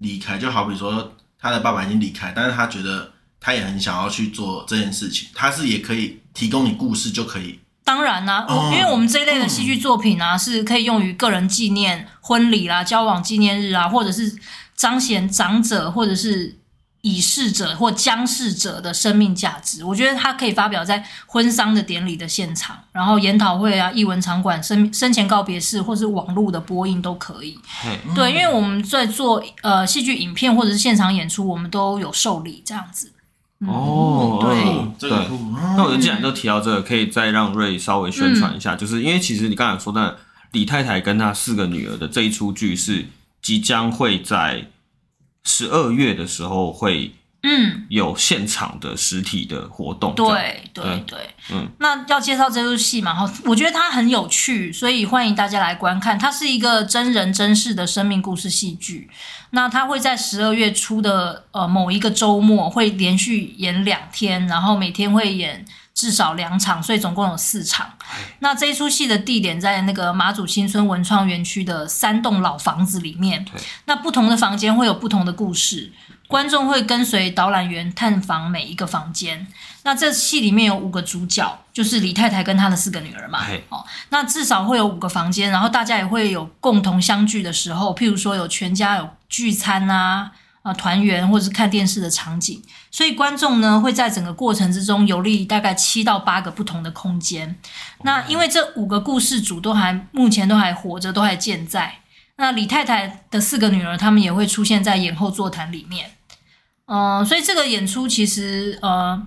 Speaker 2: 离开，就好比说他的爸爸已经离开，但是他觉得他也很想要去做这件事情，他是也可以提供你故事就可以。
Speaker 3: 当然啦、我
Speaker 2: 哦
Speaker 3: 因为我们这一类的戏剧作品啊，是可以用于个人纪念、婚礼啦、交往纪念日啊，或者是彰显长者或者是已逝者或将逝者的生命价值。我觉得它可以发表在婚丧的典礼的现场，然后研讨会啊、艺文场馆、生生前告别式，或是网络的播映都可以。
Speaker 1: 嘿，
Speaker 3: 对，因为我们在做呃戏剧影片或者是现场演出，我们都有受理这样子。
Speaker 1: 哦，
Speaker 3: 对
Speaker 1: 嗯
Speaker 2: 这个
Speaker 1: 对
Speaker 2: 酷，
Speaker 1: 那我
Speaker 2: 哦
Speaker 1: 就既然都提到这个，可以再让瑞稍微宣传一
Speaker 3: 嗯
Speaker 1: 下，就是因为其实你刚才说的李太太跟她四个女儿的这一出剧是即将会在十二月的时候会
Speaker 3: 嗯，
Speaker 1: 有现场的实体的活动，这样，
Speaker 3: 对对
Speaker 1: 嗯
Speaker 3: 对，
Speaker 1: 嗯，
Speaker 3: 那要介绍这部戏嘛，哈，我觉得它很有趣，所以欢迎大家来观看。它是一个真人真事的生命故事戏剧，那它会在十二月初的呃某一个周末会连续演两天，然后每天会演至少两场，所以总共有四场。那这一出戏的地点在那个马祖新村文创园区的三栋老房子里面
Speaker 1: 对，
Speaker 3: 那不同的房间会有不同的故事。观众会跟随导览员探访每一个房间，那这戏里面有五个主角，就是李太太跟她的四个女儿嘛
Speaker 1: 嘿。
Speaker 3: 哦，那至少会有五个房间，然后大家也会有共同相聚的时候，譬如说有全家有聚餐啊。啊，团圆或者是看电视的场景，所以观众呢会在整个过程之中游历大概七到八个不同的空间。那因为这五个故事组都还目前都还活着，都还健在。那李太太的四个女儿，她们也会出现在演后座谈里面。嗯、所以这个演出其实呃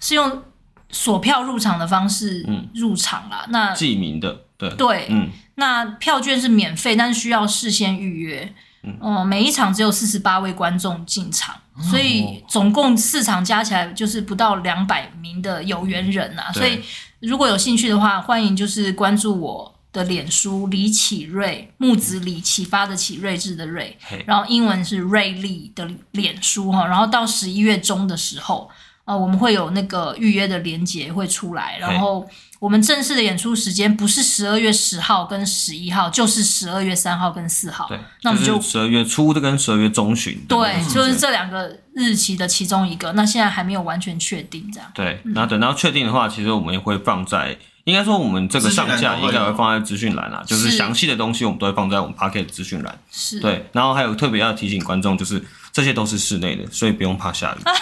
Speaker 3: 是用索票入场的方式
Speaker 1: 嗯
Speaker 3: 入场啦。那
Speaker 1: 记名的，对，
Speaker 3: 呃对，
Speaker 1: 嗯，
Speaker 3: 那票券是免费，但是需要事先预约。嗯、每一场只有四十八位观众进场，
Speaker 1: 哦
Speaker 3: 所以总共四场加起来就是不到两百名的有缘人啊。
Speaker 1: 对
Speaker 3: 所以如果有兴趣的话，欢迎就是关注我的脸书李启瑞，木子李启发的启睿智的睿
Speaker 1: 嘿，
Speaker 3: 然后英文是瑞丽的脸书哈。然后到十一月中的时候，呃，我们会有那个预约的连接会出来，然后我们正式的演出时间不是十二月十号跟十一号，就是十二月三号跟四号。
Speaker 1: 对，
Speaker 3: 那我们就
Speaker 1: 十二月初的跟十二月中旬的那个
Speaker 3: 对，
Speaker 1: 时间，
Speaker 3: 就是这两个日期的其中一个。那现在还没有完全确定，这样。
Speaker 1: 对，那等到确定的话，其实我们也会放在，应该说我们这个上
Speaker 2: 资讯
Speaker 1: 架
Speaker 2: 栏都
Speaker 1: 应
Speaker 2: 会
Speaker 1: 该
Speaker 2: 有
Speaker 1: 也会放在资讯栏啦，就是
Speaker 3: 是
Speaker 1: 详细的东西我们都会放在我们 Pocket 资讯栏。
Speaker 3: 是，
Speaker 1: 对，然后还有特别要提醒观众，就是这些都是室内的，所以不用怕下雨。
Speaker 3: 哎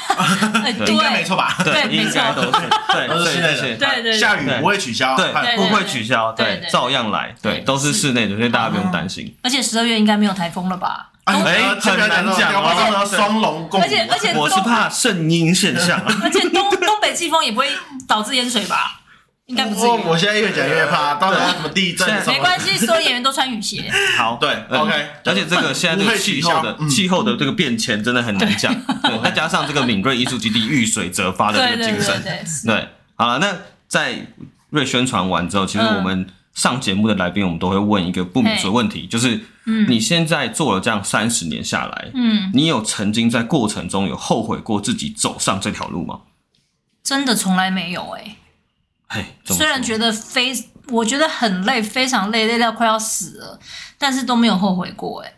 Speaker 2: 应该没
Speaker 3: 对
Speaker 2: 错吧？
Speaker 3: 对没
Speaker 1: 应该
Speaker 3: 错
Speaker 1: 都是对，
Speaker 2: 都
Speaker 1: 所
Speaker 2: 是
Speaker 1: 以
Speaker 2: 室内
Speaker 1: 这
Speaker 2: 的
Speaker 1: 些
Speaker 3: 对对
Speaker 2: 下雨
Speaker 1: 对
Speaker 2: 不会取消，
Speaker 1: 对
Speaker 2: 哎
Speaker 3: 对
Speaker 1: 不会取消，
Speaker 3: 对
Speaker 1: 对
Speaker 3: 对，
Speaker 1: 照样来，对，
Speaker 3: 对
Speaker 1: 都是
Speaker 3: 是
Speaker 1: 室内的，所以大家不用担心。
Speaker 3: 而且十二月应该没有台风了吧？
Speaker 2: 哎
Speaker 1: 哎
Speaker 2: 呃这边
Speaker 1: 很难
Speaker 2: 讲
Speaker 1: 讲哦
Speaker 2: 到这个双龙共舞，
Speaker 3: 而且而且
Speaker 1: 我是怕圣婴现象啊。
Speaker 3: 而且东东北季风也不会导致淹水吧？应该不至
Speaker 2: 我我
Speaker 3: 于。
Speaker 2: 现在越讲越怕，到底要什么地震
Speaker 1: 现在
Speaker 2: 什
Speaker 3: 没
Speaker 2: 么
Speaker 3: 关？系，所有演员都穿雨鞋。
Speaker 1: 好，
Speaker 2: 对
Speaker 1: 嗯
Speaker 2: OK，
Speaker 1: 而且这个现在这
Speaker 2: 不
Speaker 1: 个
Speaker 2: 会
Speaker 1: 气
Speaker 2: 取
Speaker 1: 候
Speaker 2: 消
Speaker 1: 的
Speaker 2: 嗯
Speaker 1: 气候的这个变迁真的很难讲，对，再加上这个敏锐艺术基地遇水则发的
Speaker 3: 对
Speaker 1: 这个精
Speaker 3: 对对
Speaker 1: 神，
Speaker 3: 对，是
Speaker 1: 对，好了，那在瑞宣传完之后，其实
Speaker 3: 嗯
Speaker 1: 我们上节目的来宾，我们都会问一个不免俗的问题，就是
Speaker 3: 嗯
Speaker 1: 你现在做了这样三十年下来，
Speaker 3: 嗯，
Speaker 1: 你有曾经在过程中有后悔过自己走上这条路吗？
Speaker 3: 真的从来没有哎。
Speaker 1: 嘿，怎么
Speaker 3: 虽然
Speaker 1: 说
Speaker 3: 觉得非，我觉得很累，非常累，累到快要死了，但是都没有后悔过哎。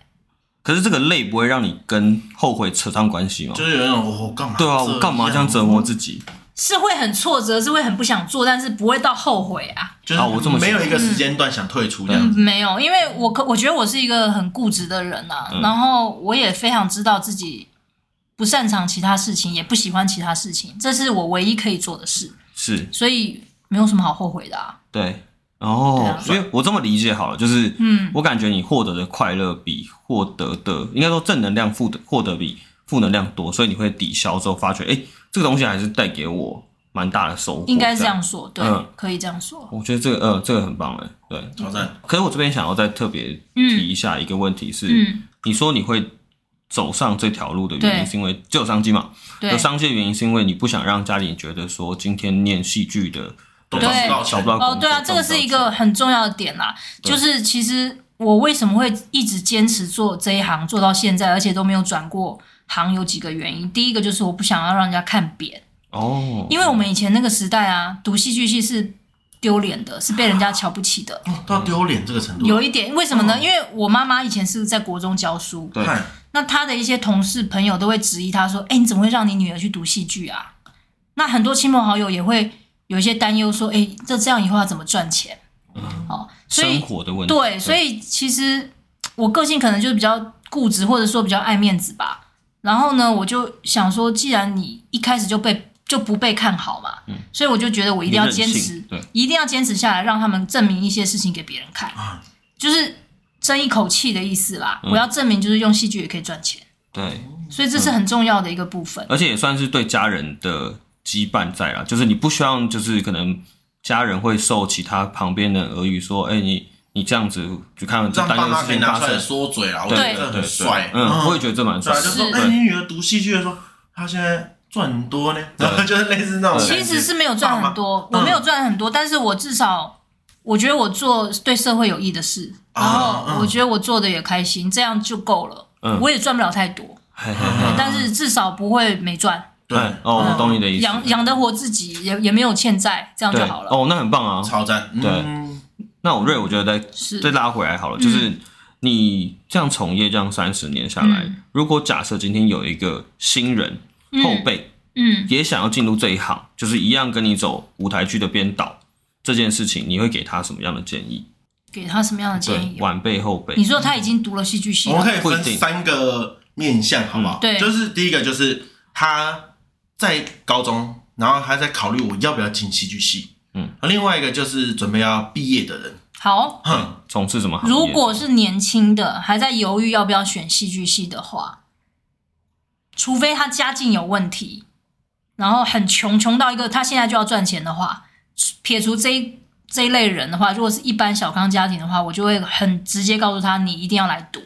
Speaker 1: 可是这个累不会让你跟后悔扯上关系吗？
Speaker 2: 就是有一种哦我干嘛？
Speaker 1: 对啊，我干嘛这样折磨？自己？
Speaker 3: 是会很挫折，是会很不想做，但是不会到后悔啊。
Speaker 2: 就是
Speaker 1: 啊我这么
Speaker 2: 没
Speaker 1: 想
Speaker 2: 有一个时间段想退出这样
Speaker 3: 嗯，
Speaker 2: 子。
Speaker 3: 没有，因为我可我觉得我是一个很固执的人
Speaker 1: 嗯
Speaker 3: 啊，然后我也非常知道自己不擅长其他事情，也不喜欢其他事情，这是我唯一可以做的事，
Speaker 1: 是
Speaker 3: 所以没有什么好后悔的啊。
Speaker 1: 对。哦
Speaker 3: 对啊，
Speaker 1: 所以我这么理解好了，就是，
Speaker 3: 嗯，
Speaker 1: 我感觉你获得的快乐比获得的，应该说正能量负的获得比负能量多，所以你会抵消之后发觉，哎、这个东西还是带给我蛮大的收获。
Speaker 3: 应该是这。样说，对，
Speaker 1: 嗯
Speaker 3: 可以这样说。
Speaker 1: 我觉得这个，呃，这个很棒哎，对。
Speaker 2: 挑战
Speaker 1: 可是我这边想要再特别提一下一个问题是，
Speaker 3: 嗯，
Speaker 1: 你说你会走上这条路的原因
Speaker 3: 对
Speaker 1: 是因为就有商机嘛？
Speaker 3: 对
Speaker 1: 有，商机的原因是因为你不想让家里觉得说今天念戏剧的
Speaker 2: 都
Speaker 3: 对
Speaker 2: 找不
Speaker 1: 找
Speaker 2: 到钱
Speaker 1: 不，到工作
Speaker 3: 哦，对啊，这个是一个很重要的点啦，
Speaker 1: 对
Speaker 3: 就是其实我为什么会一直坚持做这一行做到现在，而且都没有转过行，有几个原因。第一个就是我不想要让人家看扁。
Speaker 1: 哦，
Speaker 3: 因为我们以前那个时代啊，读戏剧系是丢脸的，是被人家瞧不起的。
Speaker 2: 哦到丢脸这个程度。
Speaker 3: 有一点，为什么呢？
Speaker 1: 嗯
Speaker 3: 因为我妈妈以前是在国中教书，
Speaker 1: 对
Speaker 2: 看
Speaker 3: 那她的一些同事朋友都会质疑她说：“哎，你怎么会让你女儿去读戏剧啊？”那很多亲朋好友也会有一些担忧，说：“哎，这这样以后要怎么赚钱？”哦，所
Speaker 1: 嗯生
Speaker 3: 以
Speaker 1: 活的问题，
Speaker 3: 对，所以其实我个性可能就是比较固执，或者说比较爱面子吧。然后呢，我就想说，既然你一开始就被就不被看好嘛，所以我就觉得我一定要
Speaker 1: 嗯
Speaker 3: 坚
Speaker 1: 你任性
Speaker 3: 持
Speaker 1: 对，
Speaker 3: 一定要坚持下来，让他们证明一些事情给别人看，
Speaker 1: 啊
Speaker 3: 就是争一口气的意思啦。
Speaker 1: 嗯
Speaker 3: 我要证明，就是用戏剧也可以赚钱，
Speaker 1: 对，
Speaker 3: 所以这是很重要的一个部分。
Speaker 1: 而且也算是对家人的羁绊在啦，就是你不希望就是可能家人会受其他旁边的耳语说，哎、你你这样子就看这
Speaker 2: 让爸
Speaker 1: 单个
Speaker 2: 妈
Speaker 1: 事
Speaker 2: 可以
Speaker 1: 情
Speaker 2: 拿
Speaker 1: 发
Speaker 2: 出来
Speaker 1: 生，
Speaker 2: 说嘴啦，我觉
Speaker 1: 对
Speaker 2: 得
Speaker 1: 对
Speaker 2: 这
Speaker 1: 对
Speaker 2: 很
Speaker 1: 对，
Speaker 2: 帅。
Speaker 1: 嗯，我也觉得这蛮
Speaker 2: 对
Speaker 1: 帅
Speaker 2: 啊，
Speaker 1: 的，
Speaker 2: 就说
Speaker 3: 是
Speaker 2: 哎，你女儿读戏剧的时候，她现在赚很多呢，然后 就是类似那种感觉。
Speaker 3: 其实是没有赚很多，
Speaker 2: 爸妈
Speaker 3: 我没
Speaker 1: 嗯
Speaker 3: 有赚很多，但是我至少我觉得我做对社会有益的事，然
Speaker 2: 啊
Speaker 3: 后我觉得我做的也开心，这样就够了。
Speaker 1: 嗯
Speaker 3: 我也赚不了太多，
Speaker 1: 嘿嘿
Speaker 2: 嗯
Speaker 1: 嘿，
Speaker 3: 但是至少不会没赚，
Speaker 2: 对，
Speaker 1: 哎哦，我懂你的意思，
Speaker 3: 养养得活自己，也也没有欠债，这样就
Speaker 1: 对，
Speaker 3: 好了。
Speaker 1: 哦，那很棒啊。
Speaker 2: 超赞。
Speaker 1: 对
Speaker 2: 嗯，
Speaker 1: 那我瑞，我觉得再
Speaker 3: 是嗯
Speaker 1: 再拉回来好了，就是你这样从业这样三十年下来，
Speaker 3: 嗯
Speaker 1: 如果假设今天有一个新人后辈。
Speaker 3: 嗯，
Speaker 1: 也想要进入这一行，就是一样跟你走舞台剧的编导这件事情，你会给他什么样的建议？
Speaker 3: 给他什么样的建
Speaker 1: 对
Speaker 3: 议，？哦
Speaker 1: 晚辈后辈
Speaker 3: 你，说他已经读了戏剧系
Speaker 2: 我们
Speaker 3: 了，
Speaker 2: 可以分三个面向，好不好？
Speaker 3: 嗯对
Speaker 2: 就是第一个就是他在高中，然后他在考虑我要不要进戏剧系。啊
Speaker 1: 嗯，
Speaker 2: 另外一个就是准备要毕业的人，
Speaker 3: 好，
Speaker 2: 哼，
Speaker 1: 从事什么行业？
Speaker 3: 如果是年轻的还在犹豫要不要选戏剧系的话，除非他家境有问题，然后很穷，穷到一个他现在就要赚钱的话，撇除这一这一类人的话，如果是一般小康家庭的话，我就会很直接告诉他，你一定要来读。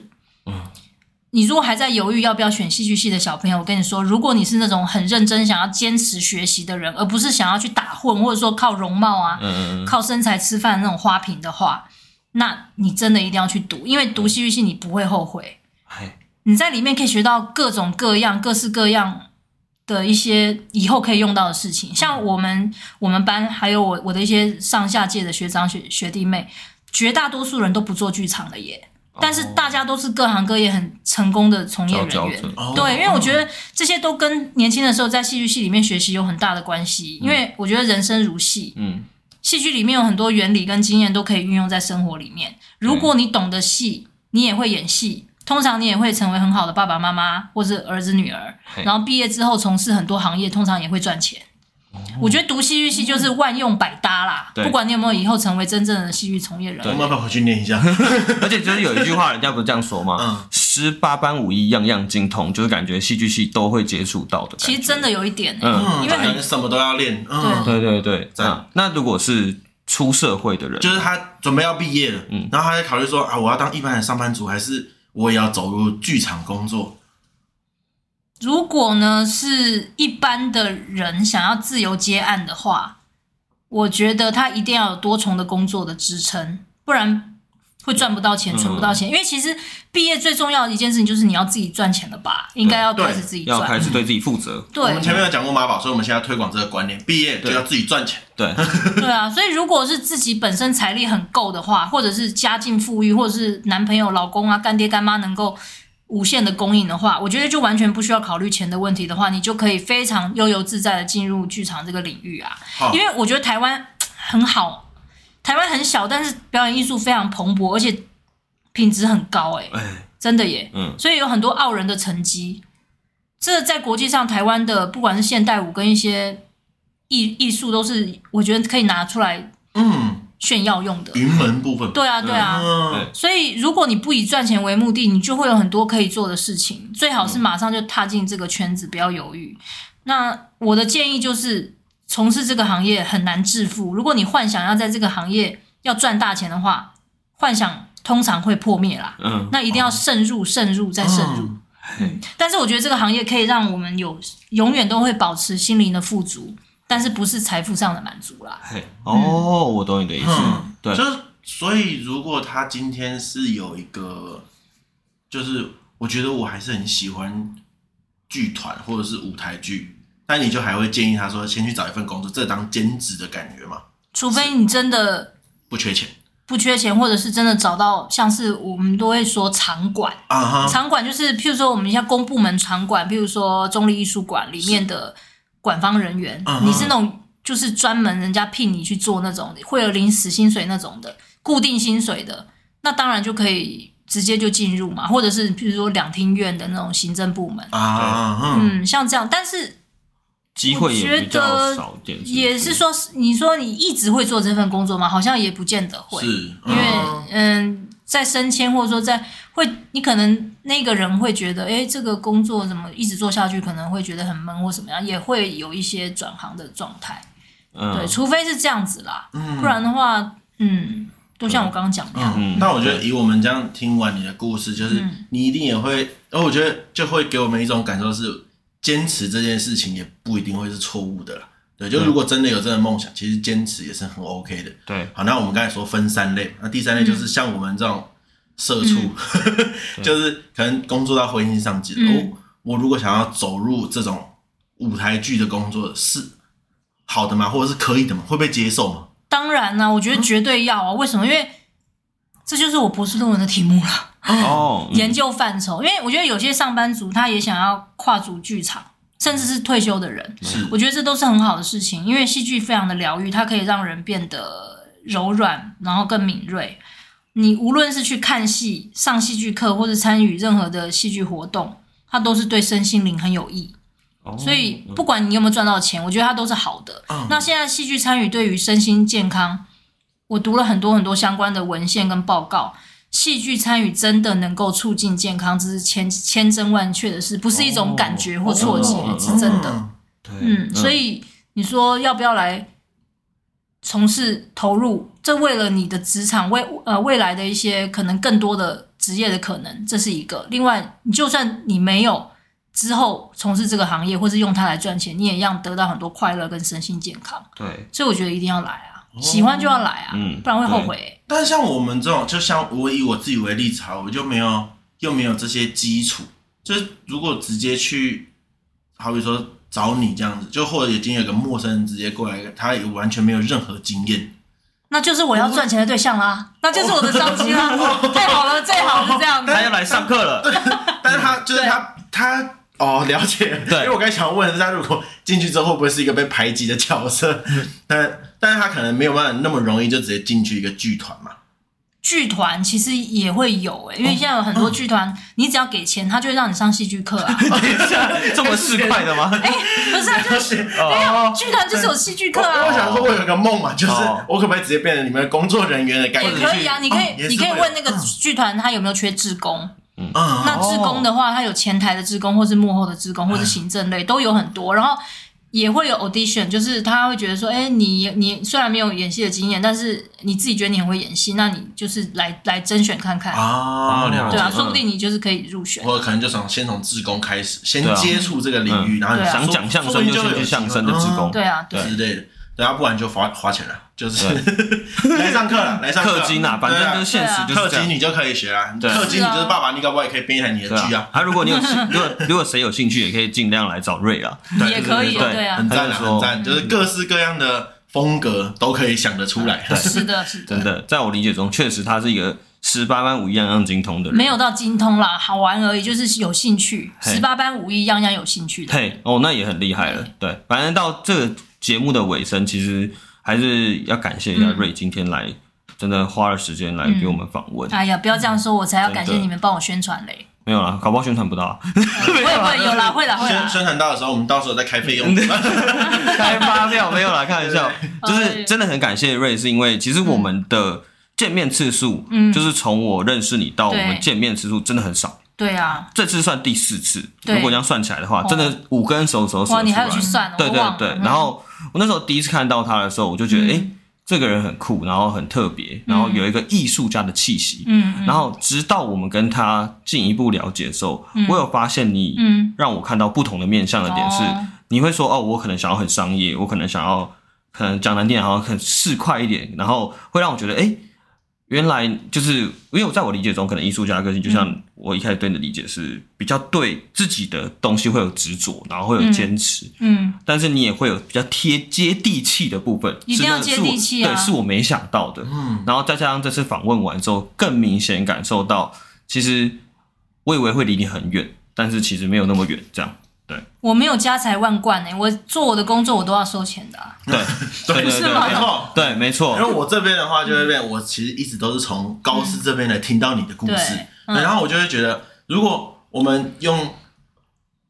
Speaker 3: 你如果还在犹豫要不要选戏剧系的小朋友，我跟你说，如果你是那种很认真想要坚持学习的人，而不是想要去打混，或者说靠容貌啊，
Speaker 1: 嗯，嗯嗯，
Speaker 3: 靠身材吃饭那种花瓶的话，那你真的一定要去读，因为读戏剧系你不会后悔，
Speaker 1: 哎，
Speaker 3: 你在里面可以学到各种各样、各式各样的一些以后可以用到的事情。像我们我们班还有我我的一些上下届的学长学学弟妹，绝大多数人都不做剧场的耶，但是大家都是各行各业很成功的从业
Speaker 1: 佼
Speaker 3: 人
Speaker 1: 佼
Speaker 3: 员
Speaker 1: 者。，
Speaker 2: 哦
Speaker 3: 对，因为我觉得这些都跟年轻的时候在戏剧系里面学习有很大的关系，因为我觉得人生如戏，
Speaker 1: 嗯，
Speaker 3: 戏剧里面有很多原理跟经验都可以运用在生活里面。如果你懂得戏，你也会演戏，通常你也会成为很好的爸爸妈妈或者儿子女儿，
Speaker 1: 嘿
Speaker 3: 然后毕业之后从事很多行业，通常也会赚钱。我觉得读戏剧系就是万用百搭啦，
Speaker 1: 哦对
Speaker 3: 不管你有没有以后成为真正的戏剧从业人
Speaker 2: 哦我
Speaker 3: 员
Speaker 2: 们。要不要回去念一 下？
Speaker 1: 而且就是有一句话，人家不是这样说吗
Speaker 2: 嗯？
Speaker 1: 十八般武艺，样样精通，就是感觉戏剧系都会接触到的感觉。
Speaker 3: 其实真的有一点、欸，
Speaker 1: 嗯，
Speaker 2: 嗯，
Speaker 3: 因为很
Speaker 2: 感觉什么都要练，嗯，
Speaker 1: 对对对，
Speaker 2: 赞
Speaker 1: 嗯那如果是出社会的人，
Speaker 2: 就是他准备要毕业了，
Speaker 1: 嗯
Speaker 2: 然后他在考虑说啊，我要当一般的上班族，还是我也要走入剧场工作？
Speaker 3: 如果呢是一般的人想要自由接案的话，我觉得他一定要有多重的工作的支撑，不然会赚不到钱，存不到
Speaker 1: 嗯
Speaker 3: 钱。因为其实毕业最重要的一件事情就是你要自己赚钱了吧，应该要开始自己
Speaker 1: 要开
Speaker 3: 赚。
Speaker 1: 始嗯对自己负 责。
Speaker 2: 我们前
Speaker 3: 对
Speaker 2: 面有讲过妈宝，所以我们现在推广这个观念，毕业就要自己赚钱。
Speaker 1: 对，
Speaker 3: 对啊，所以如果是自己本身财力很够的话，或者是家境富裕，或者是男朋友、老公啊、干爹干妈能够无限的供应的话，我觉得就完全不需要考虑钱的问题的话，你就可以非常悠游自在的进入剧场这个领域啊。
Speaker 2: 好
Speaker 3: 因，为我觉得台湾很好，台湾很小，但是表演艺术非常蓬勃，而且品质很高、欸，
Speaker 1: 哎，
Speaker 3: 真的耶，
Speaker 1: 嗯，
Speaker 3: 所以有很多傲人的成绩。这在国际上，台湾的不管是现代舞跟一些艺艺术，都是我觉得可以拿出来
Speaker 2: 嗯，
Speaker 3: 炫耀用的。
Speaker 2: 云门部分，
Speaker 3: 对啊，对啊。
Speaker 2: 嗯
Speaker 1: 对，
Speaker 3: 所以，如果你不以赚钱为目的，你就会有很多可以做的事情。最好是马上就踏进这个圈子，不要犹豫。那我的建议就是，从事这个行业很难致富。如果你幻想要在这个行业要赚大钱的话，幻想通常会破灭啦。
Speaker 1: 嗯，
Speaker 3: 那一定要慎入、慎入再慎入。
Speaker 2: 嗯
Speaker 3: 但是我觉得这个行业可以让我们有永远都会保持心灵的富足，但是不是财富上的满足啦。
Speaker 1: 嘿，哦，我懂你的意思
Speaker 2: 嗯。
Speaker 1: 对，
Speaker 2: 就是所以，如果他今天是有一个，就是我觉得我还是很喜欢剧团或者是舞台剧，那你就还会建议他说先去找一份工作，这当兼职的感觉嘛，
Speaker 3: 除非你真的
Speaker 2: 不缺钱
Speaker 3: 不缺钱，或者是真的找到像是我们都会说场馆，
Speaker 2: 啊哈，
Speaker 3: 场馆就是譬如说我们像公部门场馆，譬如说中立艺术馆里面的馆方人员，
Speaker 2: 嗯
Speaker 3: 你是那种就是专门人家聘你去做那种会有临时薪水那种的固定薪水的，那当然就可以直接就进入嘛，或者是譬如说两厅院的那种行政部门，
Speaker 2: 啊嗯，
Speaker 3: 嗯，像这样，但是
Speaker 1: 机会也比
Speaker 3: 我觉
Speaker 1: 较
Speaker 3: 得
Speaker 1: 少一点，不
Speaker 3: 也是说，你说你一直会做这份工作吗？好像也不见得会，
Speaker 2: 是
Speaker 3: 因为
Speaker 2: 嗯
Speaker 3: 嗯，在升迁或者说在会，你可能那个人会觉得，哎，这个工作怎么一直做下去，可能会觉得很闷或怎么样，也会有一些转行的状态。对，
Speaker 1: 嗯，
Speaker 3: 除非是这样子啦，不然的话，嗯，就像我刚刚讲的，
Speaker 1: 嗯
Speaker 2: 嗯，那我觉得以我们这样听完你的故事，就是你一定也会，然后我觉得就会给我们一种感受是，坚持这件事情也不一定会是错误的啦。对，就如果真的有这个梦想，其实坚持也是很 OK 的。
Speaker 1: 对，
Speaker 2: 好，那我们刚才说分三类，那第
Speaker 3: 嗯
Speaker 2: 三类就是像我们这种社畜， 就是可能工作到婚姻上级。
Speaker 3: 嗯
Speaker 2: 哦，我如果想要走入这种舞台剧的工作是好的吗？或者是可以的吗？会被接受吗？
Speaker 3: 当然呢、我觉得绝对要啊。为什么？因为这就是我博士论文的题目了。
Speaker 1: 哦，嗯
Speaker 3: 研究范畴，因为我觉得有些上班族他也想要跨足剧场，甚至是退休的人，
Speaker 2: 是
Speaker 3: 我觉得这都是很好的事情，因为戏剧非常的疗愈，它可以让人变得柔软，然后更敏锐。你无论是去看戏、上戏剧课，或是参与任何的戏剧活动，它都是对身心灵很有益。
Speaker 1: 哦
Speaker 3: 所以不管你有没有赚到钱，我觉得它都是好的。
Speaker 2: 嗯
Speaker 3: 那现在戏剧参与对于身心健康，我读了很多很多相关的文献跟报告。戏剧参与真的能够促进健康，这是千千真万确的事，不是一种感觉或错觉，
Speaker 1: 哦
Speaker 3: 是真的。
Speaker 2: 嗯
Speaker 1: 对
Speaker 3: 嗯，所以你说要不要来从事投入？这为了你的职场未呃未来的一些可能更多的职业的可能，这是一个。另外，你就算你没有之后从事这个行业，或是用它来赚钱，你也一样得到很多快乐跟身心健康。
Speaker 1: 对，
Speaker 3: 所以我觉得一定要来啊，喜欢就要来啊，
Speaker 1: 哦嗯
Speaker 3: 不然会后悔欸、
Speaker 2: 但是像我们这种，就像我以我自己为例子好了，我就没有又没有这些基础，就是如果直接去，好比说找你这样子，就或者已经有个陌生人直接过来，他也完全没有任何经验，
Speaker 3: 那就是我要赚钱的对象啦，那就是我的商机啦。
Speaker 1: 哦
Speaker 3: 太好了，最好是这样子。
Speaker 1: 他要来上课了，
Speaker 2: 但是他就是
Speaker 3: 对
Speaker 2: 他他。哦，了解。
Speaker 1: 对
Speaker 2: 因为我刚才想问的是，他如果进去之后会不会是一个被排挤的 角色？但但是他可能没有办法那么容易就直接进去一个剧团嘛。
Speaker 3: 剧团其实也会有欸诶、因
Speaker 2: 哦
Speaker 3: 为现在有很多剧团，你只要给钱，他就会让你上戏剧课 啊。
Speaker 1: 等一下， 这么市侩的吗？
Speaker 3: 不是啊，就是
Speaker 2: 没有
Speaker 3: 剧团就是有戏剧课
Speaker 2: 我哦 我
Speaker 3: 啊。
Speaker 2: 想说，我有一个梦嘛，就是
Speaker 1: 哦
Speaker 2: 我可不可以直接变成你们的工作人员的概
Speaker 3: 也
Speaker 2: 念？
Speaker 3: 可以啊，你可
Speaker 2: 哦也
Speaker 3: 以，
Speaker 2: 是
Speaker 3: 你可以
Speaker 2: 会
Speaker 3: 问那个剧团他有没有缺志工。
Speaker 2: 嗯，
Speaker 3: 那志工的话，他有前台的志工，或是幕后的志工，或是
Speaker 2: 哎
Speaker 3: 行政类都有很多。然后也会有 audition，就是他会觉得说，哎、你你虽然没有演戏的经验，但是你自己觉得你很会演戏，那你就是来来甄选看看。
Speaker 2: 啊，了解。
Speaker 3: 对啊，
Speaker 1: 嗯
Speaker 3: 说不定你就是可以入选。
Speaker 2: 我可能就从先从自工开始，先
Speaker 1: 对啊
Speaker 2: 接触这个领域，然后你
Speaker 3: 对啊
Speaker 1: 想讲相声就先去相声的职工，
Speaker 3: 对啊，对
Speaker 2: 嗯之类的，然后不然就花花钱了，就是 来上课了，来上课
Speaker 1: 氪金啊，反正就是现实就是
Speaker 2: 氪
Speaker 1: 这样
Speaker 2: 金。你就可以学啦，
Speaker 1: 对
Speaker 2: 氪金
Speaker 3: 是
Speaker 2: 你
Speaker 3: 啊
Speaker 2: 就是爸爸，你搞不好也可以编一台你的
Speaker 1: 对
Speaker 2: 剧
Speaker 1: 啊
Speaker 2: 啊，，
Speaker 1: 啊，如果你有兴， 如果如果谁有兴趣，也可以尽量来找瑞啦。
Speaker 2: 对
Speaker 3: 也可以啊，
Speaker 1: 对
Speaker 3: 对啊
Speaker 2: 很，赞啊，
Speaker 1: 他就说嗯
Speaker 2: 很赞，就是各式各样的风格都可以想得出来。
Speaker 3: 是的，是的，
Speaker 1: 真
Speaker 2: 啊
Speaker 1: 的，在我理解中，确实他是一个十八般武艺样样精通的人。
Speaker 3: 没有到精通啦，好玩而已，就是有兴趣。
Speaker 1: 嘿
Speaker 3: 十八般武艺，样样有兴趣的。
Speaker 1: 嘿，哦，那也很厉害了。对，反正到这个节目的尾声，其实还是要感谢一下
Speaker 3: 嗯
Speaker 1: 瑞今天来，真的花了时间来给我们访问。
Speaker 3: 哎呀，不要这样说，我才要感谢
Speaker 1: 真的
Speaker 3: 你们帮我宣传 嘞。
Speaker 1: 没有啦，搞不好宣传不到啊，
Speaker 3: 会会有啦，啊会啦，会啦
Speaker 2: 宣。宣传到的时候，我们到时候再开 费用。
Speaker 1: 开发票没有啦，开玩笑。就
Speaker 3: 哦 对
Speaker 1: 是真的很感谢瑞，是因为其实我们的见面次数，
Speaker 3: 嗯
Speaker 1: 就是从我认识你到我们
Speaker 3: 对
Speaker 1: 见面次数真的很少。
Speaker 3: 对啊，
Speaker 1: 这次算第四次，
Speaker 3: 对哦
Speaker 1: 如果这样算起来的话，真的五根手指头数
Speaker 3: 哇，
Speaker 1: 得出
Speaker 3: 你还
Speaker 1: 来
Speaker 3: 有。去算哦？
Speaker 1: 对
Speaker 3: 我
Speaker 1: 对
Speaker 3: 忘了
Speaker 1: 对，
Speaker 3: 嗯
Speaker 1: 然后我那时候第一次看到他的时候，我就觉得，
Speaker 3: 嗯
Speaker 1: 哎、这个人很酷，然后很特别，然后有一个艺术家的气息。
Speaker 3: 嗯嗯
Speaker 1: 然后直到我们跟他进一步了解的时候，我有发现你
Speaker 3: 嗯
Speaker 1: 让我看到不同的面向的点是，
Speaker 3: 哦
Speaker 1: 你会说哦，我可能想要很商业，我可能想要可能讲难听点，好像很市侩一点，然后会让我觉得哎。诶原来就是因为我在我理解中，可能艺术家的个性就
Speaker 3: 嗯
Speaker 1: 像我一开始对你的理解是比较对自己的东西会有执着，然后会有坚持，
Speaker 3: 嗯，
Speaker 1: 但是你也会有比较贴接地气的部分，
Speaker 3: 一定要
Speaker 1: 是那
Speaker 3: 接地气啊
Speaker 1: 是我对，是我没想到的。
Speaker 2: 嗯，
Speaker 1: 然后再加上这次访问完之后，更明显感受到，其实我以为会离你很远，但是其实没有那么远，这样。对
Speaker 3: 我没有家财万贯呢，欸我做我的工作我都要收钱的啊。
Speaker 1: 对对对
Speaker 3: 是
Speaker 1: 对
Speaker 3: 吗
Speaker 2: 没错。
Speaker 1: 对，没错
Speaker 2: 因为，我这边的话就会变，我其实一直都是从高师这边来听到你的故事
Speaker 3: 对，嗯
Speaker 2: 对然后我就会觉得，如果我们用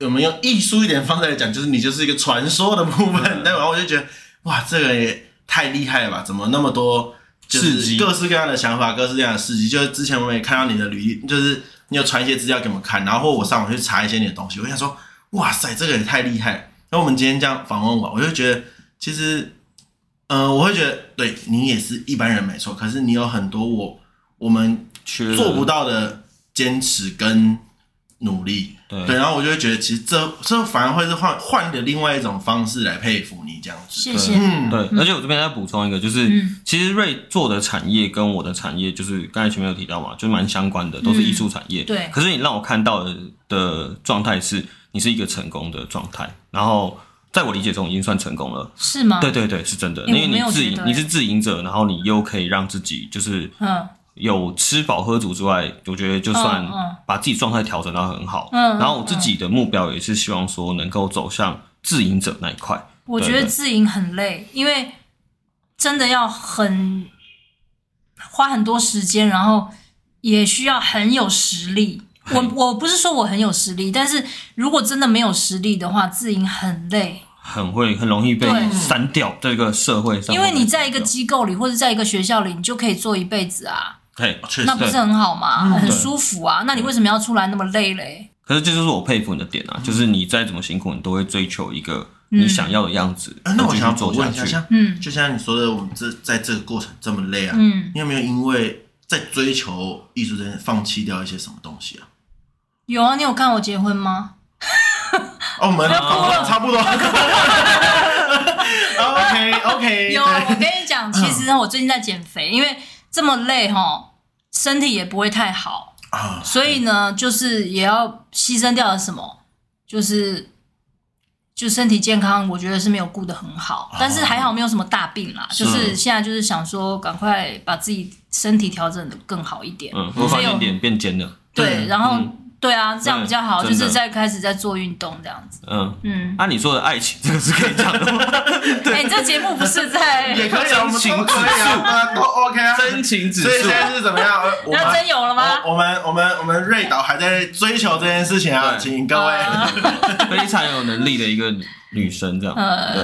Speaker 2: 我们用艺术一点方式来讲，就是你就是一个传说的部
Speaker 1: 嗯
Speaker 2: 分，但然后我就觉得，哇，这个也太厉害了吧？怎么那么多就
Speaker 1: 事
Speaker 2: 是
Speaker 1: 迹
Speaker 2: 各式各样的想法，各式各样的事迹？就是之前我们也看到你的履历，就是你有传一些资料给我们看，然后我上网去查一些你的东西，我想说，哇塞，这个也太厉害了。那我们今天这样访问我，我就觉得其实，呃，我会觉得对你也是一般人没错，可是你有很多我我们
Speaker 1: 缺
Speaker 2: 做不到的坚持跟努力。
Speaker 1: 对
Speaker 2: 对，然后我就会觉得，其实这这反而会是换换的另外一种方式来佩服你这样子。
Speaker 3: 谢谢。
Speaker 2: 嗯，
Speaker 1: 对，而且我这边再补充一个，就是、
Speaker 3: 嗯
Speaker 1: 其实瑞做的产业跟我的产业，就是刚才前面有提到嘛，就是蛮相关的，都是艺术产业。
Speaker 3: 嗯对
Speaker 1: 可是你让我看到的的状态是，你是一个成功的状态，然后在我理解中已经算成功了。
Speaker 3: 是吗？
Speaker 1: 对对对，是真的，
Speaker 3: 诶
Speaker 1: 因为
Speaker 3: 嗯哎我没
Speaker 1: 你
Speaker 3: 有
Speaker 1: 自
Speaker 3: 觉
Speaker 1: 营
Speaker 3: 得
Speaker 1: 你是自营者，然后你又可以让自己就是
Speaker 3: 嗯，
Speaker 1: 有吃饱喝足之外，我觉得就
Speaker 3: 嗯
Speaker 1: 算
Speaker 3: 嗯
Speaker 1: 把自己状态调整到很好。
Speaker 3: 嗯嗯
Speaker 1: 然后我自己的目标也是希望说能够走向自营者那一块。
Speaker 3: 我觉
Speaker 1: 对
Speaker 3: 得
Speaker 1: 对
Speaker 3: 自营很累，因为真的要很花很多时间，然后也需要很有实力。我我不是说我很有实力，但是如果真的没有实力的话，自营很累。
Speaker 1: 很会很容易被
Speaker 3: 对
Speaker 1: 删掉这个社会上，
Speaker 3: 因为你在一个机构里或者在一个学校里，你就可以做一辈子啊，
Speaker 1: 对，
Speaker 2: 确实
Speaker 3: 那不是很好吗？很
Speaker 1: 嗯对
Speaker 3: 舒服啊。那你为什么要出来那么累嘞？
Speaker 1: 可是这就是我佩服你的点啊，就是你再怎么辛苦，你都会追求一个你想要的样子，
Speaker 2: 啊，那我
Speaker 1: 继续
Speaker 2: 想要
Speaker 1: 做
Speaker 2: 补问
Speaker 1: 下
Speaker 2: 一下，
Speaker 1: 去。
Speaker 2: 像
Speaker 3: 嗯
Speaker 2: 就像你说的，我们这在这个过程这么累啊，
Speaker 3: 嗯，
Speaker 2: 你有没有因为在追求艺术这件放弃掉一些什么东西啊？
Speaker 3: 有啊，你有看我结婚吗？
Speaker 2: 哦，我们
Speaker 3: 哭了
Speaker 2: 差不多。OK OK，
Speaker 3: 有啊，我跟你讲，其实
Speaker 1: 嗯
Speaker 3: 呢我最近在减肥，因为这么累哈，身体也不会太好，
Speaker 2: 啊，
Speaker 3: 所以呢，就是也要牺牲掉了什么，就是就身体健康，我觉得是没有顾得很好，但是还好没有什么大病啦，就是现在就是想说，赶快把自己身体调整的更好一点，
Speaker 1: 嗯，我发
Speaker 3: 所以
Speaker 1: 现
Speaker 3: 我
Speaker 1: 脸变尖了，
Speaker 3: 对，然后。对啊，这样比较好，
Speaker 1: 嗯
Speaker 3: 就
Speaker 1: 真的
Speaker 3: 是在开始在做运动这样子。
Speaker 1: 嗯，
Speaker 3: 嗯，
Speaker 1: 按、你说的爱情，这个是可以 讲的吗？
Speaker 3: 哎、你这节目不是在
Speaker 2: 也可以啊，我们
Speaker 1: 情
Speaker 2: 都可以啊，啊都 OK 啊。
Speaker 1: 真情指
Speaker 2: 所以现
Speaker 1: 数，
Speaker 2: 在是怎么样？呃我
Speaker 3: 那真
Speaker 2: 们哦
Speaker 3: 有了吗？
Speaker 2: 我我们我们我们瑞导还在追求这件事情啊，
Speaker 1: 对
Speaker 2: 请各位。
Speaker 3: 啊
Speaker 1: 非常有能力的一个女女生，这样。
Speaker 3: 呃，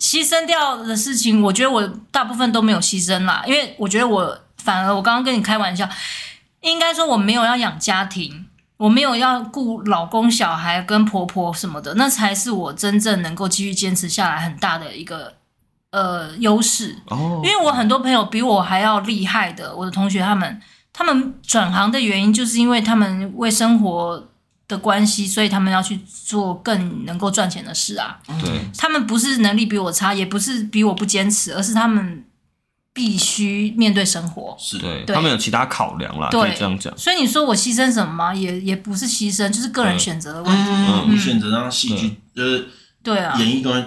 Speaker 3: 牺牲掉的事情，我觉得我大部分都没有牺牲啦，因为我觉得我反而我刚刚跟你开玩笑，应该说我没有要养家庭，我没有要顾老公、小孩跟婆婆什么的，那才是我真正能够继续坚持下来很大的一个呃优势。
Speaker 1: 哦
Speaker 3: 因，为我很多朋友比我还要厉害的，我的同学他们，他们转行的原因就是因为他们为生活的关系，所以他们要去做更能够赚钱的事啊。
Speaker 1: 对，
Speaker 3: 他们不是能力比我差，也不是比我不坚持，而是他们必须面对生活。
Speaker 2: 是
Speaker 1: 对，
Speaker 3: 对
Speaker 1: 他们有其他考量啦，
Speaker 3: 对
Speaker 1: 啊可以这样讲。
Speaker 3: 所以你说我牺牲什么吗？也也不是牺牲，就是个人
Speaker 1: 嗯
Speaker 3: 选择的问题。
Speaker 2: 嗯，你选择让戏剧就是
Speaker 3: 对啊，
Speaker 2: 演艺东西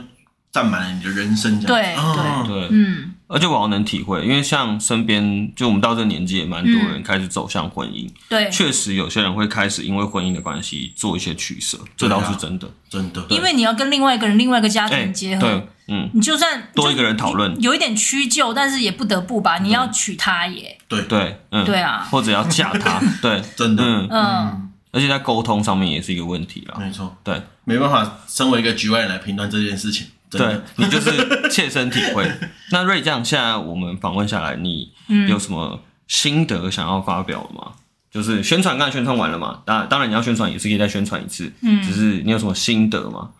Speaker 2: 占满了你的人生，这样子
Speaker 3: 对
Speaker 2: 嗯
Speaker 1: 对，
Speaker 3: 嗯，
Speaker 1: 而且我好像能体会，因为像身边，就我们到这个年纪，也蛮多人开始走向婚姻。
Speaker 3: 嗯对，
Speaker 1: 确实，有些人会开始因为婚姻的关系做一些取舍，这
Speaker 2: 对啊
Speaker 1: 倒是真的。
Speaker 2: 真的。
Speaker 3: 因为你要跟另外一个人、另外一个家
Speaker 1: 哎，
Speaker 3: 庭结合，
Speaker 1: 对，嗯，
Speaker 3: 你就算
Speaker 1: 多一个人讨论
Speaker 3: 就有一点屈就，但是也不得不吧，你要娶她耶，
Speaker 1: 对，嗯，
Speaker 3: 对啊
Speaker 1: 或者要嫁 他，对，
Speaker 2: 真的
Speaker 1: 嗯，
Speaker 3: 嗯，
Speaker 1: 而且在沟通上面也是一个问题啦。
Speaker 2: 没错，
Speaker 1: 对，
Speaker 2: 没办法，身为一个局外人来评断这件事情，真
Speaker 1: 对
Speaker 2: 的
Speaker 1: 你就是切身体会。那瑞酱，现在我们访问下来，你
Speaker 3: 嗯
Speaker 1: 有什么心得想要发表的吗？就是宣传刚才宣传完了嘛，当当然你要宣传也是可以再宣传一次，嗯，只是你有什么心得吗？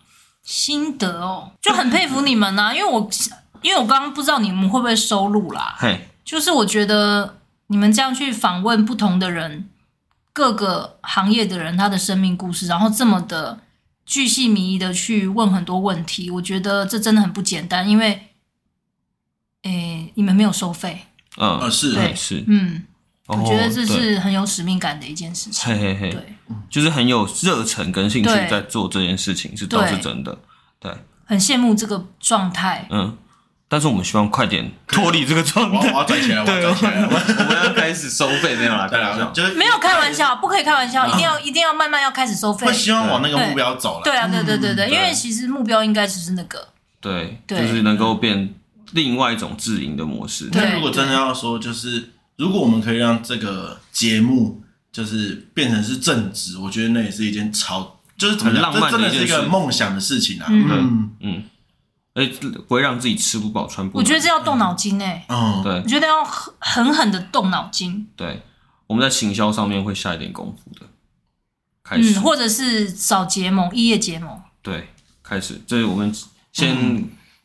Speaker 3: 心得哦，就很佩服你们呐、啊因为我 因为我刚刚不知道你们会不会收录啦，
Speaker 1: 嘿，
Speaker 3: 就是我觉得你们这样去访问不同的人，各个行业的人他的生命故事，然后这么的巨细靡遗的去问很多问题，我觉得这真的很不简单，因为，诶，你们没有收费，
Speaker 1: 嗯，
Speaker 2: 呃是
Speaker 3: 对
Speaker 1: 是，
Speaker 3: 嗯，我觉得这
Speaker 1: 哦对
Speaker 3: 是很有使命感的一件事情，
Speaker 1: 嘿嘿嘿，
Speaker 3: 对，
Speaker 1: 就是很有热忱跟兴趣
Speaker 3: 对
Speaker 1: 在做这件事情，是倒是
Speaker 3: 对
Speaker 1: 真的。对，
Speaker 3: 很羡慕这个状态，
Speaker 1: 嗯，但是我们希望快点脱离这个状
Speaker 2: 我
Speaker 1: 态。
Speaker 2: 我要转起来，我要
Speaker 1: 对，我
Speaker 2: 转 起来，我
Speaker 1: 们 我们要开始收费没有啦？
Speaker 2: 对
Speaker 1: 开玩
Speaker 2: 啊
Speaker 1: 笑，
Speaker 2: 就是
Speaker 3: 没有开玩笑，不可以开玩笑，一定要一定要慢慢要开始收费
Speaker 2: 会，希望往那个目标走了。
Speaker 3: 对啊，对对对对，
Speaker 1: 嗯
Speaker 3: 因为其实目标应该只是那个，
Speaker 1: 对，就
Speaker 3: 对
Speaker 1: 是能够变另外一种自营的模式。
Speaker 3: 对
Speaker 2: 那如果真的要说，就是如果我们可以让这个节目就是变成是正职，我觉得那也是一件超就是怎么讲
Speaker 1: 很浪漫
Speaker 2: 这
Speaker 1: 的
Speaker 2: 真
Speaker 1: 一件
Speaker 2: 的是一
Speaker 1: 事
Speaker 2: 个梦想的事情啊。
Speaker 3: 嗯
Speaker 2: 嗯
Speaker 1: 嗯，而且不会让自己吃不饱穿不
Speaker 3: 我
Speaker 1: 暖。
Speaker 3: 觉得这要动脑筋哎、
Speaker 2: 嗯，
Speaker 3: 我
Speaker 1: 对
Speaker 3: 觉得要狠狠狠的动脑筋，
Speaker 1: 对，我们在行销上面会下一点功夫的。开始
Speaker 3: 嗯，，或者是找结盟、异业结盟，
Speaker 1: 对，开始，这是我们先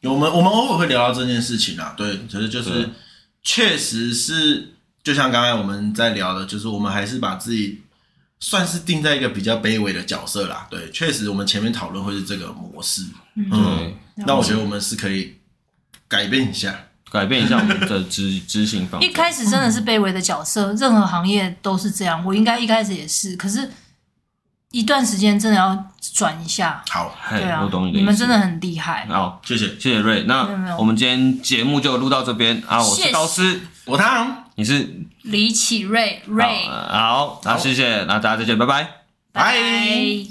Speaker 2: 我们我们偶尔会聊到这件事情啊，对，可是就是
Speaker 1: 嗯对
Speaker 2: 确实是，就像刚才我们在聊的，就是我们还是把自己算是定在一个比较卑微的角色啦。对，确实我们前面讨论会是这个模式，嗯
Speaker 1: 对，
Speaker 2: 那我觉得我们是可以改变一下。
Speaker 1: 改变一下我们的执执行方
Speaker 3: 一
Speaker 1: 式。
Speaker 3: 开始真的是卑微的角色，任何行业都是这样，我应该一开始也是，可是一段时间真的要转一下，
Speaker 2: 好，
Speaker 1: 嘿
Speaker 3: 对啊，
Speaker 1: 哎我懂你的意思。嗯
Speaker 3: 你们真的很厉害，
Speaker 1: 好，
Speaker 2: 谢谢
Speaker 1: 谢谢瑞。
Speaker 3: 没有没
Speaker 1: 那
Speaker 3: 有
Speaker 1: 我们今天节目就录到这边啊，我
Speaker 3: 谢谢
Speaker 1: 是高斯，
Speaker 2: 我汤，
Speaker 1: 你是
Speaker 3: 李启瑞
Speaker 1: 好啊
Speaker 3: 瑞，
Speaker 1: 呃好，那谢谢，那大家再见，拜拜。
Speaker 3: 拜
Speaker 2: 拜
Speaker 3: 拜。